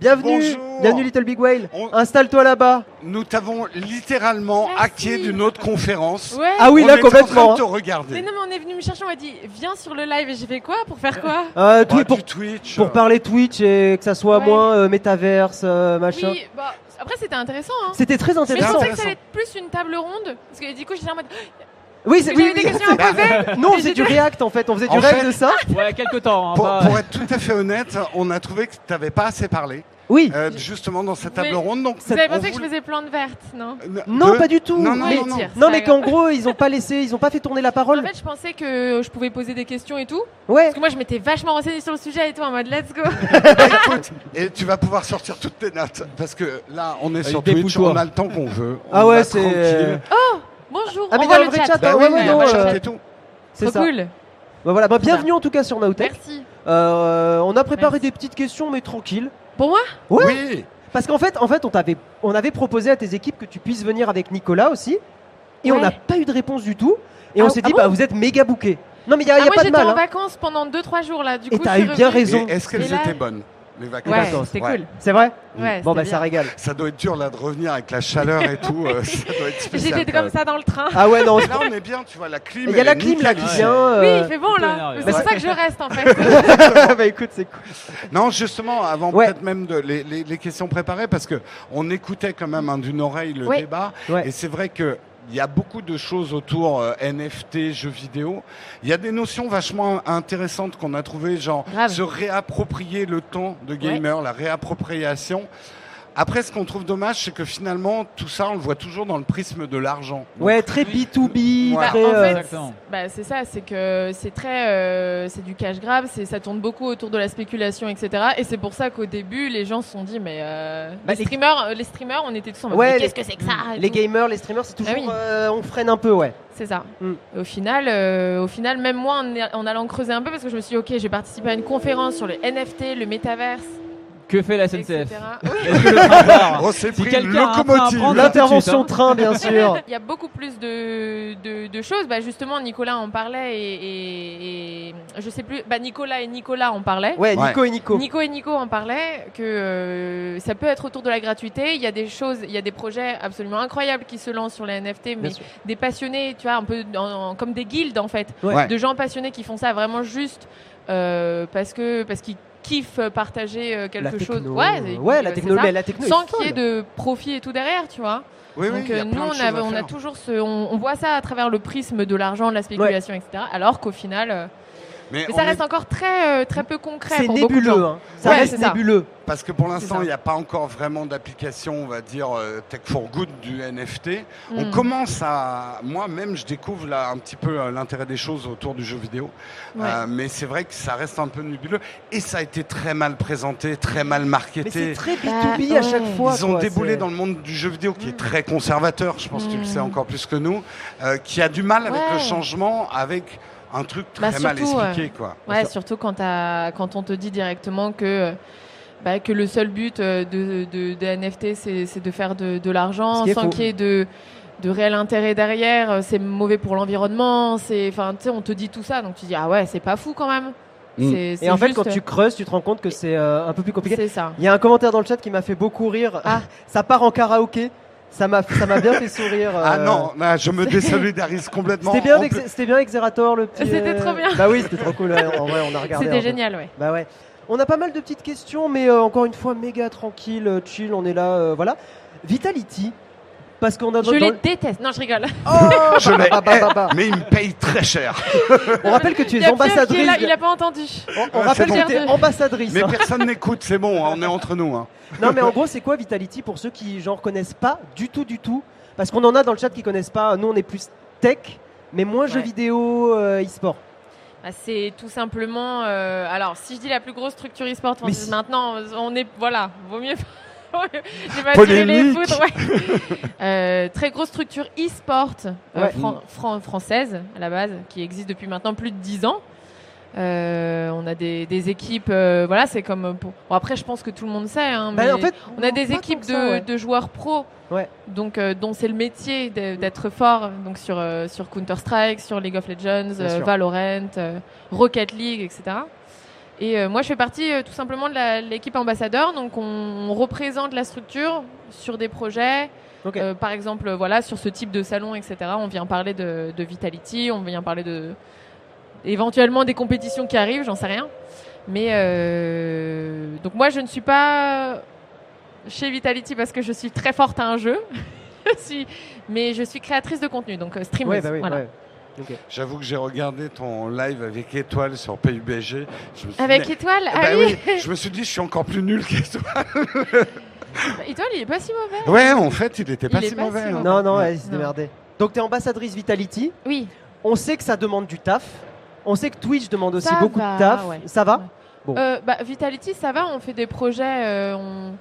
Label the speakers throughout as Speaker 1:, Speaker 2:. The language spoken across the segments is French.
Speaker 1: Bienvenue,
Speaker 2: Bonjour.
Speaker 1: bienvenue Little Big Whale.
Speaker 2: On-
Speaker 1: Installe-toi là-bas.
Speaker 2: Nous t'avons littéralement
Speaker 3: Merci.
Speaker 2: hacké d'une autre conférence.
Speaker 3: Ouais.
Speaker 1: Ah oui,
Speaker 2: On
Speaker 1: là
Speaker 2: est
Speaker 1: complètement.
Speaker 2: En train de te
Speaker 1: hein.
Speaker 3: Mais
Speaker 2: regarder.
Speaker 3: non, mais on est venu me chercher, on m'a dit viens sur le live et j'ai fait quoi Pour faire quoi
Speaker 1: Euh,
Speaker 2: Ah,
Speaker 1: tout est pour,
Speaker 2: du Twitch.
Speaker 1: pour parler Twitch et que ça soit
Speaker 3: Ouais.
Speaker 1: moins euh, métaverse, euh, machin.
Speaker 3: Oui, bah, après c'était intéressant. Hein.
Speaker 1: C'était très
Speaker 3: Mais je
Speaker 1: intéressant.
Speaker 3: pensais que ça allait être plus une table ronde. Parce que du coup, j'étais en mode.
Speaker 1: Oui, c'est-
Speaker 3: J'avais
Speaker 1: oui,
Speaker 3: des
Speaker 1: oui.
Speaker 3: questions à poser.
Speaker 1: Non, on
Speaker 3: Mais
Speaker 1: faisait
Speaker 3: j'ai
Speaker 1: du
Speaker 3: dit-
Speaker 1: React en fait. On faisait du
Speaker 2: En
Speaker 1: React
Speaker 2: fait-
Speaker 1: de ça.
Speaker 4: Ouais, quelques temps. hein,
Speaker 2: Pour,
Speaker 1: Ah, bah.
Speaker 4: pas-
Speaker 2: pour être tout à fait honnête, on a trouvé que tu n'avais pas assez parlé,
Speaker 1: Oui.
Speaker 2: euh, justement dans cette
Speaker 3: Mais-
Speaker 2: table ronde. Donc euh,
Speaker 3: Vous avez pensé
Speaker 2: on
Speaker 3: que je
Speaker 2: voulait-
Speaker 3: faisais plante verte, non
Speaker 1: Non,
Speaker 2: De-
Speaker 1: pas du tout.
Speaker 2: Non, non,
Speaker 1: mais,
Speaker 3: Ouais,
Speaker 2: non.
Speaker 3: tire,
Speaker 1: non,
Speaker 3: ça
Speaker 1: mais
Speaker 3: va.
Speaker 1: qu'en gros, ils ont pas laissé, ils ont pas fait tourner la
Speaker 3: En
Speaker 1: parole.
Speaker 3: fait, je pensais que je pouvais poser des questions et tout.
Speaker 1: Ouais.
Speaker 3: Parce que moi, je m'étais vachement renseignée sur le sujet et tout, en mode let's go.
Speaker 2: Bah, écoute, et tu vas pouvoir sortir toutes tes notes parce que là, on est sur Twitch,
Speaker 4: dépouille-toi.
Speaker 2: on a le temps qu'on veut. on
Speaker 1: Ah ouais,
Speaker 2: va
Speaker 1: c'est-
Speaker 2: tranquille.
Speaker 3: Bonjour,
Speaker 1: Ah, mais
Speaker 3: on voit
Speaker 1: il y a un
Speaker 3: le
Speaker 1: vrai
Speaker 3: chat.
Speaker 1: chat,
Speaker 2: Bah
Speaker 1: Ah
Speaker 2: oui,
Speaker 1: ouais,
Speaker 2: il
Speaker 1: ouais,
Speaker 2: y a
Speaker 1: non,
Speaker 2: un
Speaker 1: euh,
Speaker 2: chat et tout.
Speaker 1: C'est
Speaker 3: Trop
Speaker 1: ça.
Speaker 3: cool.
Speaker 1: Bah voilà. Bah bienvenue en tout cas sur Nowtech.
Speaker 3: Merci.
Speaker 1: Euh, on a préparé
Speaker 3: Merci.
Speaker 1: des petites questions mais tranquilles.
Speaker 3: Pour moi
Speaker 1: Ouais.
Speaker 2: Oui.
Speaker 1: Parce qu'en fait, en fait, on t'avait, on avait proposé à tes équipes que tu puisses venir avec Nicolas aussi, et on
Speaker 3: Ouais.
Speaker 1: n'a pas eu de réponse du tout. Et
Speaker 3: Ah-
Speaker 1: on s'est
Speaker 3: ah
Speaker 1: dit,
Speaker 3: bon
Speaker 1: bah vous êtes méga bouqués. Non mais il y a, y a
Speaker 3: Ah, moi,
Speaker 1: pas de
Speaker 3: j'étais
Speaker 1: mal.
Speaker 3: en
Speaker 1: hein.
Speaker 3: vacances pendant 2-3 jours là. Du
Speaker 1: Et
Speaker 3: coup,
Speaker 1: t'as
Speaker 3: je
Speaker 1: eu
Speaker 3: suis
Speaker 1: bien
Speaker 3: revenue.
Speaker 1: raison.
Speaker 2: Et Est-ce
Speaker 3: Et
Speaker 2: qu'elles
Speaker 3: là-
Speaker 2: étaient bonnes les vacances
Speaker 3: Ouais, c'était
Speaker 2: Ouais.
Speaker 3: cool.
Speaker 1: C'est vrai.
Speaker 3: Ouais,
Speaker 1: Bon
Speaker 3: c'était
Speaker 1: bah
Speaker 3: bien.
Speaker 1: ça régale.
Speaker 2: Ça doit être dur là de revenir avec la chaleur et tout. euh, ça doit être spécial.
Speaker 3: J'étais
Speaker 2: quand
Speaker 3: comme ça dans le train.
Speaker 1: Ah ouais non.
Speaker 2: même. Là, on est bien, tu vois, la clim.
Speaker 1: Il y a
Speaker 2: elle
Speaker 1: la
Speaker 2: est
Speaker 1: clim là qui
Speaker 4: nickel.
Speaker 1: vient.
Speaker 3: Oui,
Speaker 1: euh,
Speaker 3: il fait bon là.
Speaker 4: énervé.
Speaker 3: C'est pour
Speaker 2: Ouais.
Speaker 3: ça que je reste en fait.
Speaker 1: bah écoute, c'est cool.
Speaker 2: Non, justement, avant
Speaker 1: Ouais.
Speaker 2: peut-être même de, les, les- les questions préparées, parce que on écoutait quand même hein, d'une oreille le
Speaker 3: Ouais.
Speaker 2: débat,
Speaker 1: Ouais.
Speaker 2: et c'est vrai que il y a beaucoup de choses autour euh, NFT, jeux vidéo. Il y a des notions vachement intéressantes qu'on a trouvées, genre
Speaker 3: Grave.
Speaker 2: se réapproprier le temps de gamer, la réappropriation. Après, ce qu'on trouve dommage, c'est que finalement, tout ça, on le voit toujours dans le prisme de l'argent. Donc,
Speaker 1: Ouais, très B2B,
Speaker 2: Ouais.
Speaker 3: Bah,
Speaker 1: très.
Speaker 3: en
Speaker 1: euh,
Speaker 3: fait,
Speaker 4: Exactement.
Speaker 3: bah, c'est ça, c'est que c'est très, euh, c'est du cash grab, c'est ça tourne beaucoup autour de la spéculation, etc. Et c'est pour ça qu'au début, les gens se sont dit, mais euh,
Speaker 1: Bah, les-
Speaker 3: les streamers, euh, les streamers, on était tous en mode,
Speaker 1: Ouais, les-
Speaker 3: mais
Speaker 1: Hmm,
Speaker 3: qu'est-ce que c'est que ça et
Speaker 1: Les
Speaker 3: tout.
Speaker 1: gamers, les streamers, c'est toujours.
Speaker 3: Ah oui.
Speaker 1: euh, on freine un peu, ouais.
Speaker 3: C'est ça.
Speaker 1: Mm.
Speaker 3: Et au final, euh, au final, même moi, en, en allant creuser un peu, parce que je me suis dit, ok, j'ai participé à une conférence sur le NFT, le métaverse,
Speaker 4: Que fait la
Speaker 3: etc.
Speaker 4: SNCF
Speaker 3: Oui,
Speaker 4: Est-ce que le train part
Speaker 2: On s'est
Speaker 4: Si
Speaker 2: pris une
Speaker 4: quelqu'un a un train à
Speaker 2: locomotive.
Speaker 4: prendre,
Speaker 2: Là,
Speaker 1: L'intervention train, bien sûr.
Speaker 3: Il y a beaucoup plus de, de, de choses. Bah, justement, Nicolas en parlait et, et- et- je sais plus. Bah, Nicolas et Nicolas en parlaient.
Speaker 1: Ouais,
Speaker 2: Ouais.
Speaker 1: Nico et Nico.
Speaker 3: Nico et Nico en parlaient que euh, ça peut être autour de la gratuité. Il y a des choses, il y a des projets absolument incroyables qui se lancent sur les NFT, mais
Speaker 1: sûr.
Speaker 3: des passionnés, tu vois, un peu en- en- comme des guildes en fait,
Speaker 1: Ouais.
Speaker 2: Ouais.
Speaker 3: de gens passionnés qui font ça vraiment juste euh, parce que parce qu'ils kiffent partager euh, quelque
Speaker 1: la techno,
Speaker 3: chose.
Speaker 1: ouais, la
Speaker 3: et- bah,
Speaker 1: techno,
Speaker 3: c'est ça.
Speaker 1: mais la techno. est folle.
Speaker 3: sans qu'il y ait de profit et tout derrière, tu vois.
Speaker 2: Oui, oui,
Speaker 3: Donc
Speaker 2: il y a plein
Speaker 3: euh, nous,
Speaker 2: de
Speaker 3: on
Speaker 2: choses
Speaker 3: a,
Speaker 2: à
Speaker 3: on a
Speaker 2: faire.
Speaker 3: toujours ce, on, on voit ça à travers le prisme de l'argent, de la spéculation, etc. Alors qu'au final, euh, mais
Speaker 2: on
Speaker 3: ça
Speaker 2: est-
Speaker 3: reste encore très, euh, très peu concret.
Speaker 1: C'est
Speaker 3: pour beaucoup de
Speaker 1: nébuleux,
Speaker 3: gens.
Speaker 1: hein. Ça
Speaker 3: Ouais,
Speaker 1: reste
Speaker 3: c'est ça.
Speaker 1: nébuleux.
Speaker 2: Parce que pour
Speaker 3: C'est
Speaker 2: l'instant,
Speaker 3: ça.
Speaker 2: il n'y a pas encore vraiment d'application, on va dire, euh, tech for good du NFT. On
Speaker 3: Mm.
Speaker 2: commence à. Moi-même, je découvre là un petit peu euh, l'intérêt des choses autour du jeu vidéo.
Speaker 3: Ouais.
Speaker 2: Euh, mais c'est vrai que ça reste un peu nébuleux. Et ça a été très mal présenté, très mal
Speaker 1: Mais c'est
Speaker 2: marketé.
Speaker 1: très
Speaker 3: Bah,
Speaker 1: B2B à
Speaker 3: ouais.
Speaker 1: chaque fois.
Speaker 2: Ils ont
Speaker 1: quoi,
Speaker 2: déboulé
Speaker 1: c'est-
Speaker 2: dans le monde du jeu vidéo qui est très conservateur, je pense que tu le sais
Speaker 3: Mm.
Speaker 2: encore plus que nous, euh, qui a du mal avec
Speaker 3: Ouais.
Speaker 2: le changement, avec un truc très
Speaker 3: Bah,
Speaker 2: mal
Speaker 3: surtout, ouais.
Speaker 2: expliqué. Quoi.
Speaker 3: Ouais, surtout quand, t'as- quand on te dit directement que, bah, que le seul but euh, de, de, des NFT, c'est c'est de faire de, de
Speaker 1: Ce
Speaker 3: l'argent
Speaker 1: qui est faux.
Speaker 3: sans qu'il y ait de, de réel intérêt derrière. euh, C'est mauvais pour l'environnement. C'est, enfin, tu sais, on te dit tout ça, donc tu dis ah ouais, c'est pas fou quand même.
Speaker 2: Mm.
Speaker 3: C'est-
Speaker 1: Et
Speaker 3: c'est
Speaker 1: en fait,
Speaker 3: juste-
Speaker 1: quand tu creuses, tu te rends compte que c'est euh, un peu plus compliqué.
Speaker 3: c'est ça.
Speaker 1: Il y a un commentaire dans le chat qui m'a fait beaucoup rire.
Speaker 3: Ah.
Speaker 1: Ça part en karaoké. Ça m'a, ça m'a bien fait sourire. euh.
Speaker 2: Ah non, là, je me désolidarise complètement.
Speaker 1: C'était bien,
Speaker 2: On
Speaker 1: avec,
Speaker 2: peut-
Speaker 1: c'était bien avec Zerator, le petit.
Speaker 3: C'était
Speaker 1: euh,
Speaker 3: trop bien.
Speaker 1: Bah oui, c'était trop cool. ouais. En vrai, on a regardé. un
Speaker 3: C'était
Speaker 1: peu.
Speaker 3: génial, ouais.
Speaker 1: Bah ouais. On a pas mal de petites questions, mais euh, encore une fois, méga tranquille, euh, chill. On est là, euh, voilà. Vitality, parce qu'on a.
Speaker 3: Je
Speaker 1: dans-
Speaker 3: les
Speaker 1: dans-
Speaker 3: déteste. Non, je rigole.
Speaker 1: Oh,
Speaker 2: Je
Speaker 1: bah,
Speaker 2: l'ai.
Speaker 1: bah, bah, bah, bah.
Speaker 2: Mais il me paye très cher.
Speaker 1: On rappelle que tu
Speaker 3: Il
Speaker 1: es
Speaker 3: y a Pierre qui est
Speaker 1: ambassadrice.
Speaker 3: là, il a pas entendu.
Speaker 1: On, on
Speaker 2: Ouais,
Speaker 1: rappelle
Speaker 2: c'est
Speaker 1: que
Speaker 3: bon.
Speaker 1: tu es ambassadrice.
Speaker 2: Mais
Speaker 1: hein.
Speaker 2: personne n'écoute, c'est bon, hein, on est entre nous. hein.
Speaker 1: Non, mais en gros, c'est quoi Vitality pour ceux qui genre connaissent pas du tout, du tout Parce qu'on en a dans le chat qui connaissent pas. Nous, on est plus tech, mais moins jeux
Speaker 3: Ouais.
Speaker 1: vidéo, euh, e-sport.
Speaker 3: Bah, c'est tout simplement. euh, alors, si je dis la plus grosse structure e-sport
Speaker 1: Mais
Speaker 3: française
Speaker 1: si-
Speaker 3: maintenant, on est. Voilà, vaut mieux. J'ai pas tiré les
Speaker 2: Polémique.
Speaker 3: foudres, ouais. Euh, très grosse structure e-sport euh,
Speaker 1: Ouais.
Speaker 3: fran- fran- française à la base, qui existe depuis maintenant plus de 10 ans. Euh, on a des, des équipes, euh, voilà, c'est comme pour. Bon, après, je pense que tout le monde sait. hein, mais
Speaker 1: Bah, en fait,
Speaker 3: on a
Speaker 1: pas
Speaker 3: des
Speaker 1: tant
Speaker 3: équipes
Speaker 1: que
Speaker 3: de,
Speaker 1: ça, ouais.
Speaker 3: de joueurs pro,
Speaker 1: Ouais.
Speaker 3: donc euh, dont c'est le métier de- d'être fort, donc sur euh, sur Counter Strike, sur League of Legends,
Speaker 1: Bien
Speaker 3: euh,
Speaker 1: sûr.
Speaker 3: Valorant, euh, Rocket League, etc. Et euh, moi, je fais partie euh, tout simplement de la- l'équipe ambassadeur. Donc, on, on représente la structure sur des projets.
Speaker 1: Ok.
Speaker 3: Euh, par exemple, euh, voilà, sur ce type de salon, etc. On vient parler de, de Vitality, on vient parler de éventuellement des compétitions qui arrivent, j'en sais rien. Mais euh, donc moi, je ne suis pas chez Vitality parce que je suis très forte à un jeu. je suis, mais je suis créatrice de contenu, donc euh, streameuse.
Speaker 1: Ouais, bah oui,
Speaker 3: voilà.
Speaker 1: ouais.
Speaker 2: J'avoue que j'ai regardé ton live avec Étoile sur PUBG. Je me suis
Speaker 3: Avec
Speaker 2: dit,
Speaker 3: Étoile,
Speaker 2: Eh
Speaker 3: ah
Speaker 1: bah
Speaker 2: ben
Speaker 3: oui.
Speaker 2: oui, je me suis dit, je suis encore plus nul qu'Étoile.
Speaker 3: Étoile, il est pas si mauvais.
Speaker 2: Ouais, en fait, il était pas,
Speaker 3: Il est
Speaker 2: si,
Speaker 3: pas si
Speaker 2: mauvais. hein.
Speaker 3: mauvais.
Speaker 1: Non, non,
Speaker 2: Ouais.
Speaker 1: elle s'est
Speaker 3: Non.
Speaker 1: démerdée. Donc, t'es ambassadrice Vitality.
Speaker 3: Oui.
Speaker 1: On sait que ça demande du taf. On sait que Twitch demande aussi
Speaker 3: Ça
Speaker 1: beaucoup
Speaker 3: va,
Speaker 1: de taf.
Speaker 3: ouais.
Speaker 1: Ça va
Speaker 3: Ouais. Euh, bah, Vitality, ça va, on fait des projets, euh, on,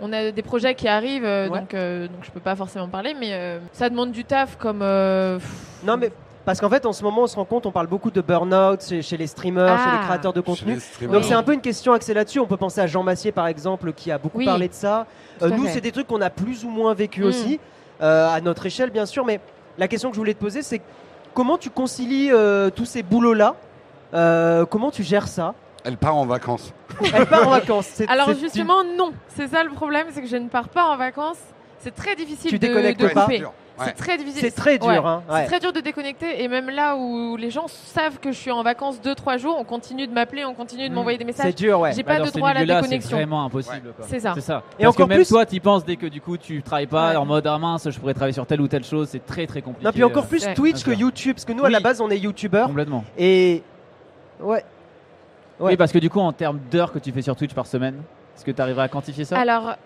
Speaker 3: on a des projets qui arrivent, euh,
Speaker 1: Ouais.
Speaker 3: donc, euh, donc je peux pas forcément parler, mais euh, ça demande du taf comme. euh, pff,
Speaker 1: Non, mais parce qu'en fait, en ce moment, on se rend compte, on parle beaucoup de burn-out chez, chez les streamers, chez
Speaker 3: Ah.
Speaker 1: les créateurs de
Speaker 2: Chez
Speaker 1: contenu.
Speaker 2: les streamers.
Speaker 1: Donc, c'est un peu une question axée là-dessus. On peut penser à Jean Massier, par exemple, qui a beaucoup
Speaker 3: Oui.
Speaker 1: parlé de ça.
Speaker 3: Tout
Speaker 1: Euh,
Speaker 3: à
Speaker 1: nous,
Speaker 3: fait.
Speaker 1: c'est des trucs qu'on a plus ou moins vécu
Speaker 3: Mm.
Speaker 1: aussi, euh, à notre échelle, bien sûr. Mais la question que je voulais te poser, c'est comment tu concilies euh, tous ces boulots-là Euh, Comment tu gères ça
Speaker 2: Elle part en vacances.
Speaker 1: Elle part en vacances. c'est-
Speaker 3: Alors
Speaker 1: c'est-
Speaker 3: justement, non, c'est ça le problème, c'est que je ne pars pas en vacances. C'est très difficile
Speaker 1: Tu
Speaker 3: de,
Speaker 1: déconnectes
Speaker 3: de
Speaker 1: Ouais, pas.
Speaker 2: c'est
Speaker 3: couper.
Speaker 2: dur.
Speaker 3: C'est
Speaker 2: Ouais.
Speaker 3: très
Speaker 1: tu-
Speaker 3: difficile.
Speaker 1: C'est très dur.
Speaker 3: Ouais.
Speaker 1: hein, ouais.
Speaker 3: C'est très dur de déconnecter et même là où les gens savent que je suis en vacances 2-3 jours, on continue de m'appeler, on continue de
Speaker 1: Mm.
Speaker 3: m'envoyer des
Speaker 1: C'est
Speaker 3: messages.
Speaker 1: dur, ouais.
Speaker 3: J'ai
Speaker 4: Bah,
Speaker 3: pas
Speaker 4: dans
Speaker 3: de
Speaker 4: ces
Speaker 3: droit à la
Speaker 4: milieux-là, C'est
Speaker 3: déconnexion.
Speaker 4: vraiment impossible. quoi.
Speaker 3: C'est ça.
Speaker 4: C'est ça.
Speaker 1: Et
Speaker 4: Parce que
Speaker 1: encore
Speaker 4: même
Speaker 1: plus-
Speaker 4: toi, t'y penses dès que du coup tu travailles pas
Speaker 3: Ouais.
Speaker 4: en mode ah mince, je pourrais travailler sur telle ou telle chose. C'est très très compliqué.
Speaker 1: Non, puis encore
Speaker 4: euh,
Speaker 1: plus
Speaker 3: Ouais.
Speaker 1: Twitch que
Speaker 4: Bien sûr. Mm.
Speaker 1: YouTube, parce que nous, à
Speaker 4: Oui.
Speaker 1: la base, on est YouTubeurs.
Speaker 4: Complètement.
Speaker 1: Et. Ouais. Ouais.
Speaker 4: Oui, parce que du coup, en termes d'heures que tu fais sur Twitch par semaine, est-ce que tu arriveras à quantifier ça
Speaker 3: Alors,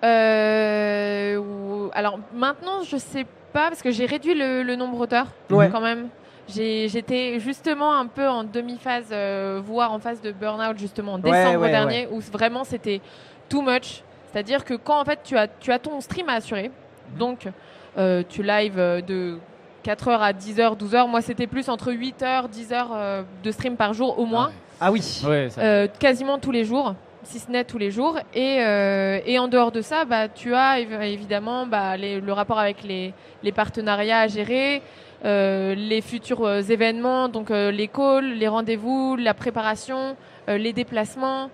Speaker 3: euh, ou- alors maintenant, je sais pas parce que j'ai réduit le, le nombre d'heures
Speaker 1: Ouais.
Speaker 3: quand même. J'ai- J'étais justement un peu en demi-phase, euh, voire en phase de burn-out justement en
Speaker 1: Ouais,
Speaker 3: décembre
Speaker 1: ouais,
Speaker 3: dernier, où vraiment c'était too much. C'est-à-dire que quand en fait tu as, tu as ton stream à assurer,
Speaker 1: Mhm.
Speaker 3: donc euh, tu live euh, de 4h à 10h, 12h, moi c'était plus entre 8h, 10h euh, de stream par jour au moins.
Speaker 1: Ah oui.
Speaker 4: Ouais, ça-
Speaker 3: Euh, quasiment tous les jours, si ce n'est tous les jours. Et, euh, et en dehors de ça, bah, tu as évi- évidemment bah, les- le rapport avec les, les partenariats à gérer, euh, les futurs euh, événements, donc euh, les calls, les rendez-vous, la préparation, euh, les déplacements.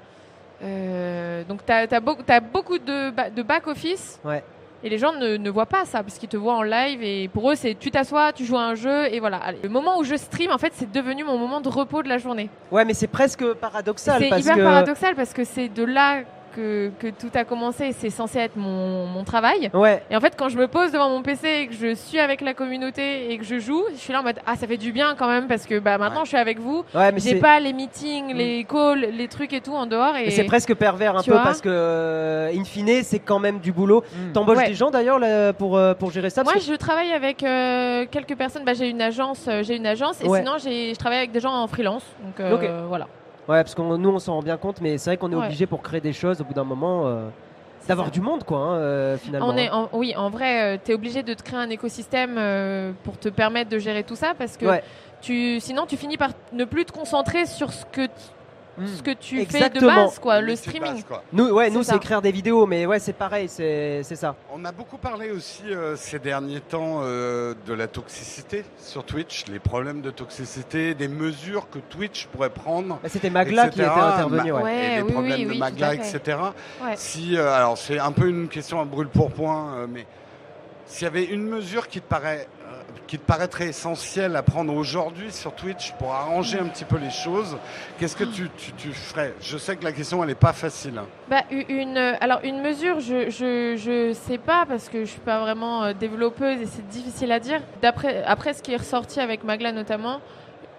Speaker 3: Euh, donc tu as, beaucoup de, ba- de back-office.
Speaker 1: Ouais.
Speaker 3: Et les gens ne, ne voient pas ça parce qu'ils te voient en live et pour eux c'est tu t'assois, tu joues à un jeu et voilà. Le moment où je stream en fait c'est devenu mon moment de repos de la journée.
Speaker 1: Ouais, mais c'est presque paradoxal.
Speaker 3: C'est
Speaker 1: Parce
Speaker 3: hyper
Speaker 1: que...
Speaker 3: paradoxal parce que c'est de là que, que tout a commencé et c'est censé être mon, mon travail.
Speaker 1: Ouais.
Speaker 3: Et en fait, quand je me pose devant mon PC et que je suis avec la communauté et que je joue, je suis là en mode Ah, ça fait du bien quand même parce que bah, maintenant je suis avec vous.
Speaker 1: Ouais, mais
Speaker 3: J'ai
Speaker 1: c'est. Mm.
Speaker 3: pas les meetings, les calls, les trucs et tout en dehors. Et...
Speaker 1: mais C'est presque pervers un
Speaker 3: Tu
Speaker 1: peu
Speaker 3: vois
Speaker 1: parce que, euh, in fine, c'est quand même du boulot.
Speaker 4: Mm.
Speaker 1: T'embauches
Speaker 3: Ouais.
Speaker 1: des gens d'ailleurs là, pour, euh, pour gérer ça
Speaker 3: Moi,
Speaker 1: parce que-
Speaker 3: je travaille avec euh, quelques personnes. Bah, j'ai une agence, euh, j'ai une agence, et
Speaker 1: Ouais.
Speaker 3: sinon, j'ai, je travaille avec des gens en freelance. Donc euh,
Speaker 1: Ok.
Speaker 3: voilà.
Speaker 1: Ouais, parce que nous on s'en rend bien compte, mais c'est vrai qu'on est
Speaker 3: Ouais.
Speaker 1: obligé pour créer des choses au bout d'un moment euh,
Speaker 3: C'est
Speaker 1: d'avoir
Speaker 3: ça.
Speaker 1: du monde quoi, hein, euh, finalement.
Speaker 3: On est en- oui, en vrai, tu es obligé de te créer un écosystème euh, pour te permettre de gérer tout ça parce que
Speaker 1: Ouais.
Speaker 3: tu, sinon tu finis par ne plus te concentrer sur ce que,
Speaker 4: Mm.
Speaker 3: ce que tu fais de
Speaker 1: Exactement.
Speaker 3: base, quoi, le
Speaker 2: Métier de base,
Speaker 3: streaming.
Speaker 2: quoi.
Speaker 1: Nous, ouais,
Speaker 3: C'est
Speaker 1: nous c'est
Speaker 3: ça.
Speaker 1: écrire des vidéos, mais ouais, c'est pareil, c'est c'est ça.
Speaker 2: On a beaucoup parlé aussi euh, ces derniers temps euh, de la toxicité sur Twitch, les problèmes de toxicité, des mesures que Twitch pourrait prendre.
Speaker 1: Bah, C'était Magla qui
Speaker 2: etc.,
Speaker 1: était intervenu.
Speaker 2: ma-
Speaker 1: ouais.
Speaker 3: Ouais.
Speaker 2: et les
Speaker 3: oui,
Speaker 2: problèmes
Speaker 3: oui,
Speaker 2: de
Speaker 3: oui,
Speaker 2: Magla,
Speaker 3: tout à fait.
Speaker 2: etc.
Speaker 3: Ouais.
Speaker 2: Si, euh, alors c'est un peu une question à brûle pour point, euh, mais s'il y avait une mesure qui te, paraît, euh, qui te paraîtrait essentielle à prendre aujourd'hui sur Twitch pour arranger un petit peu les choses, qu'est-ce que tu, tu- tu ferais Je sais que la question, elle n'est pas facile. hein.
Speaker 3: Bah, u- une, euh, alors une mesure, je, je, je sais pas parce que je suis pas vraiment euh, développeuse et c'est difficile à dire. D'après, après ce qui est ressorti avec Magla notamment,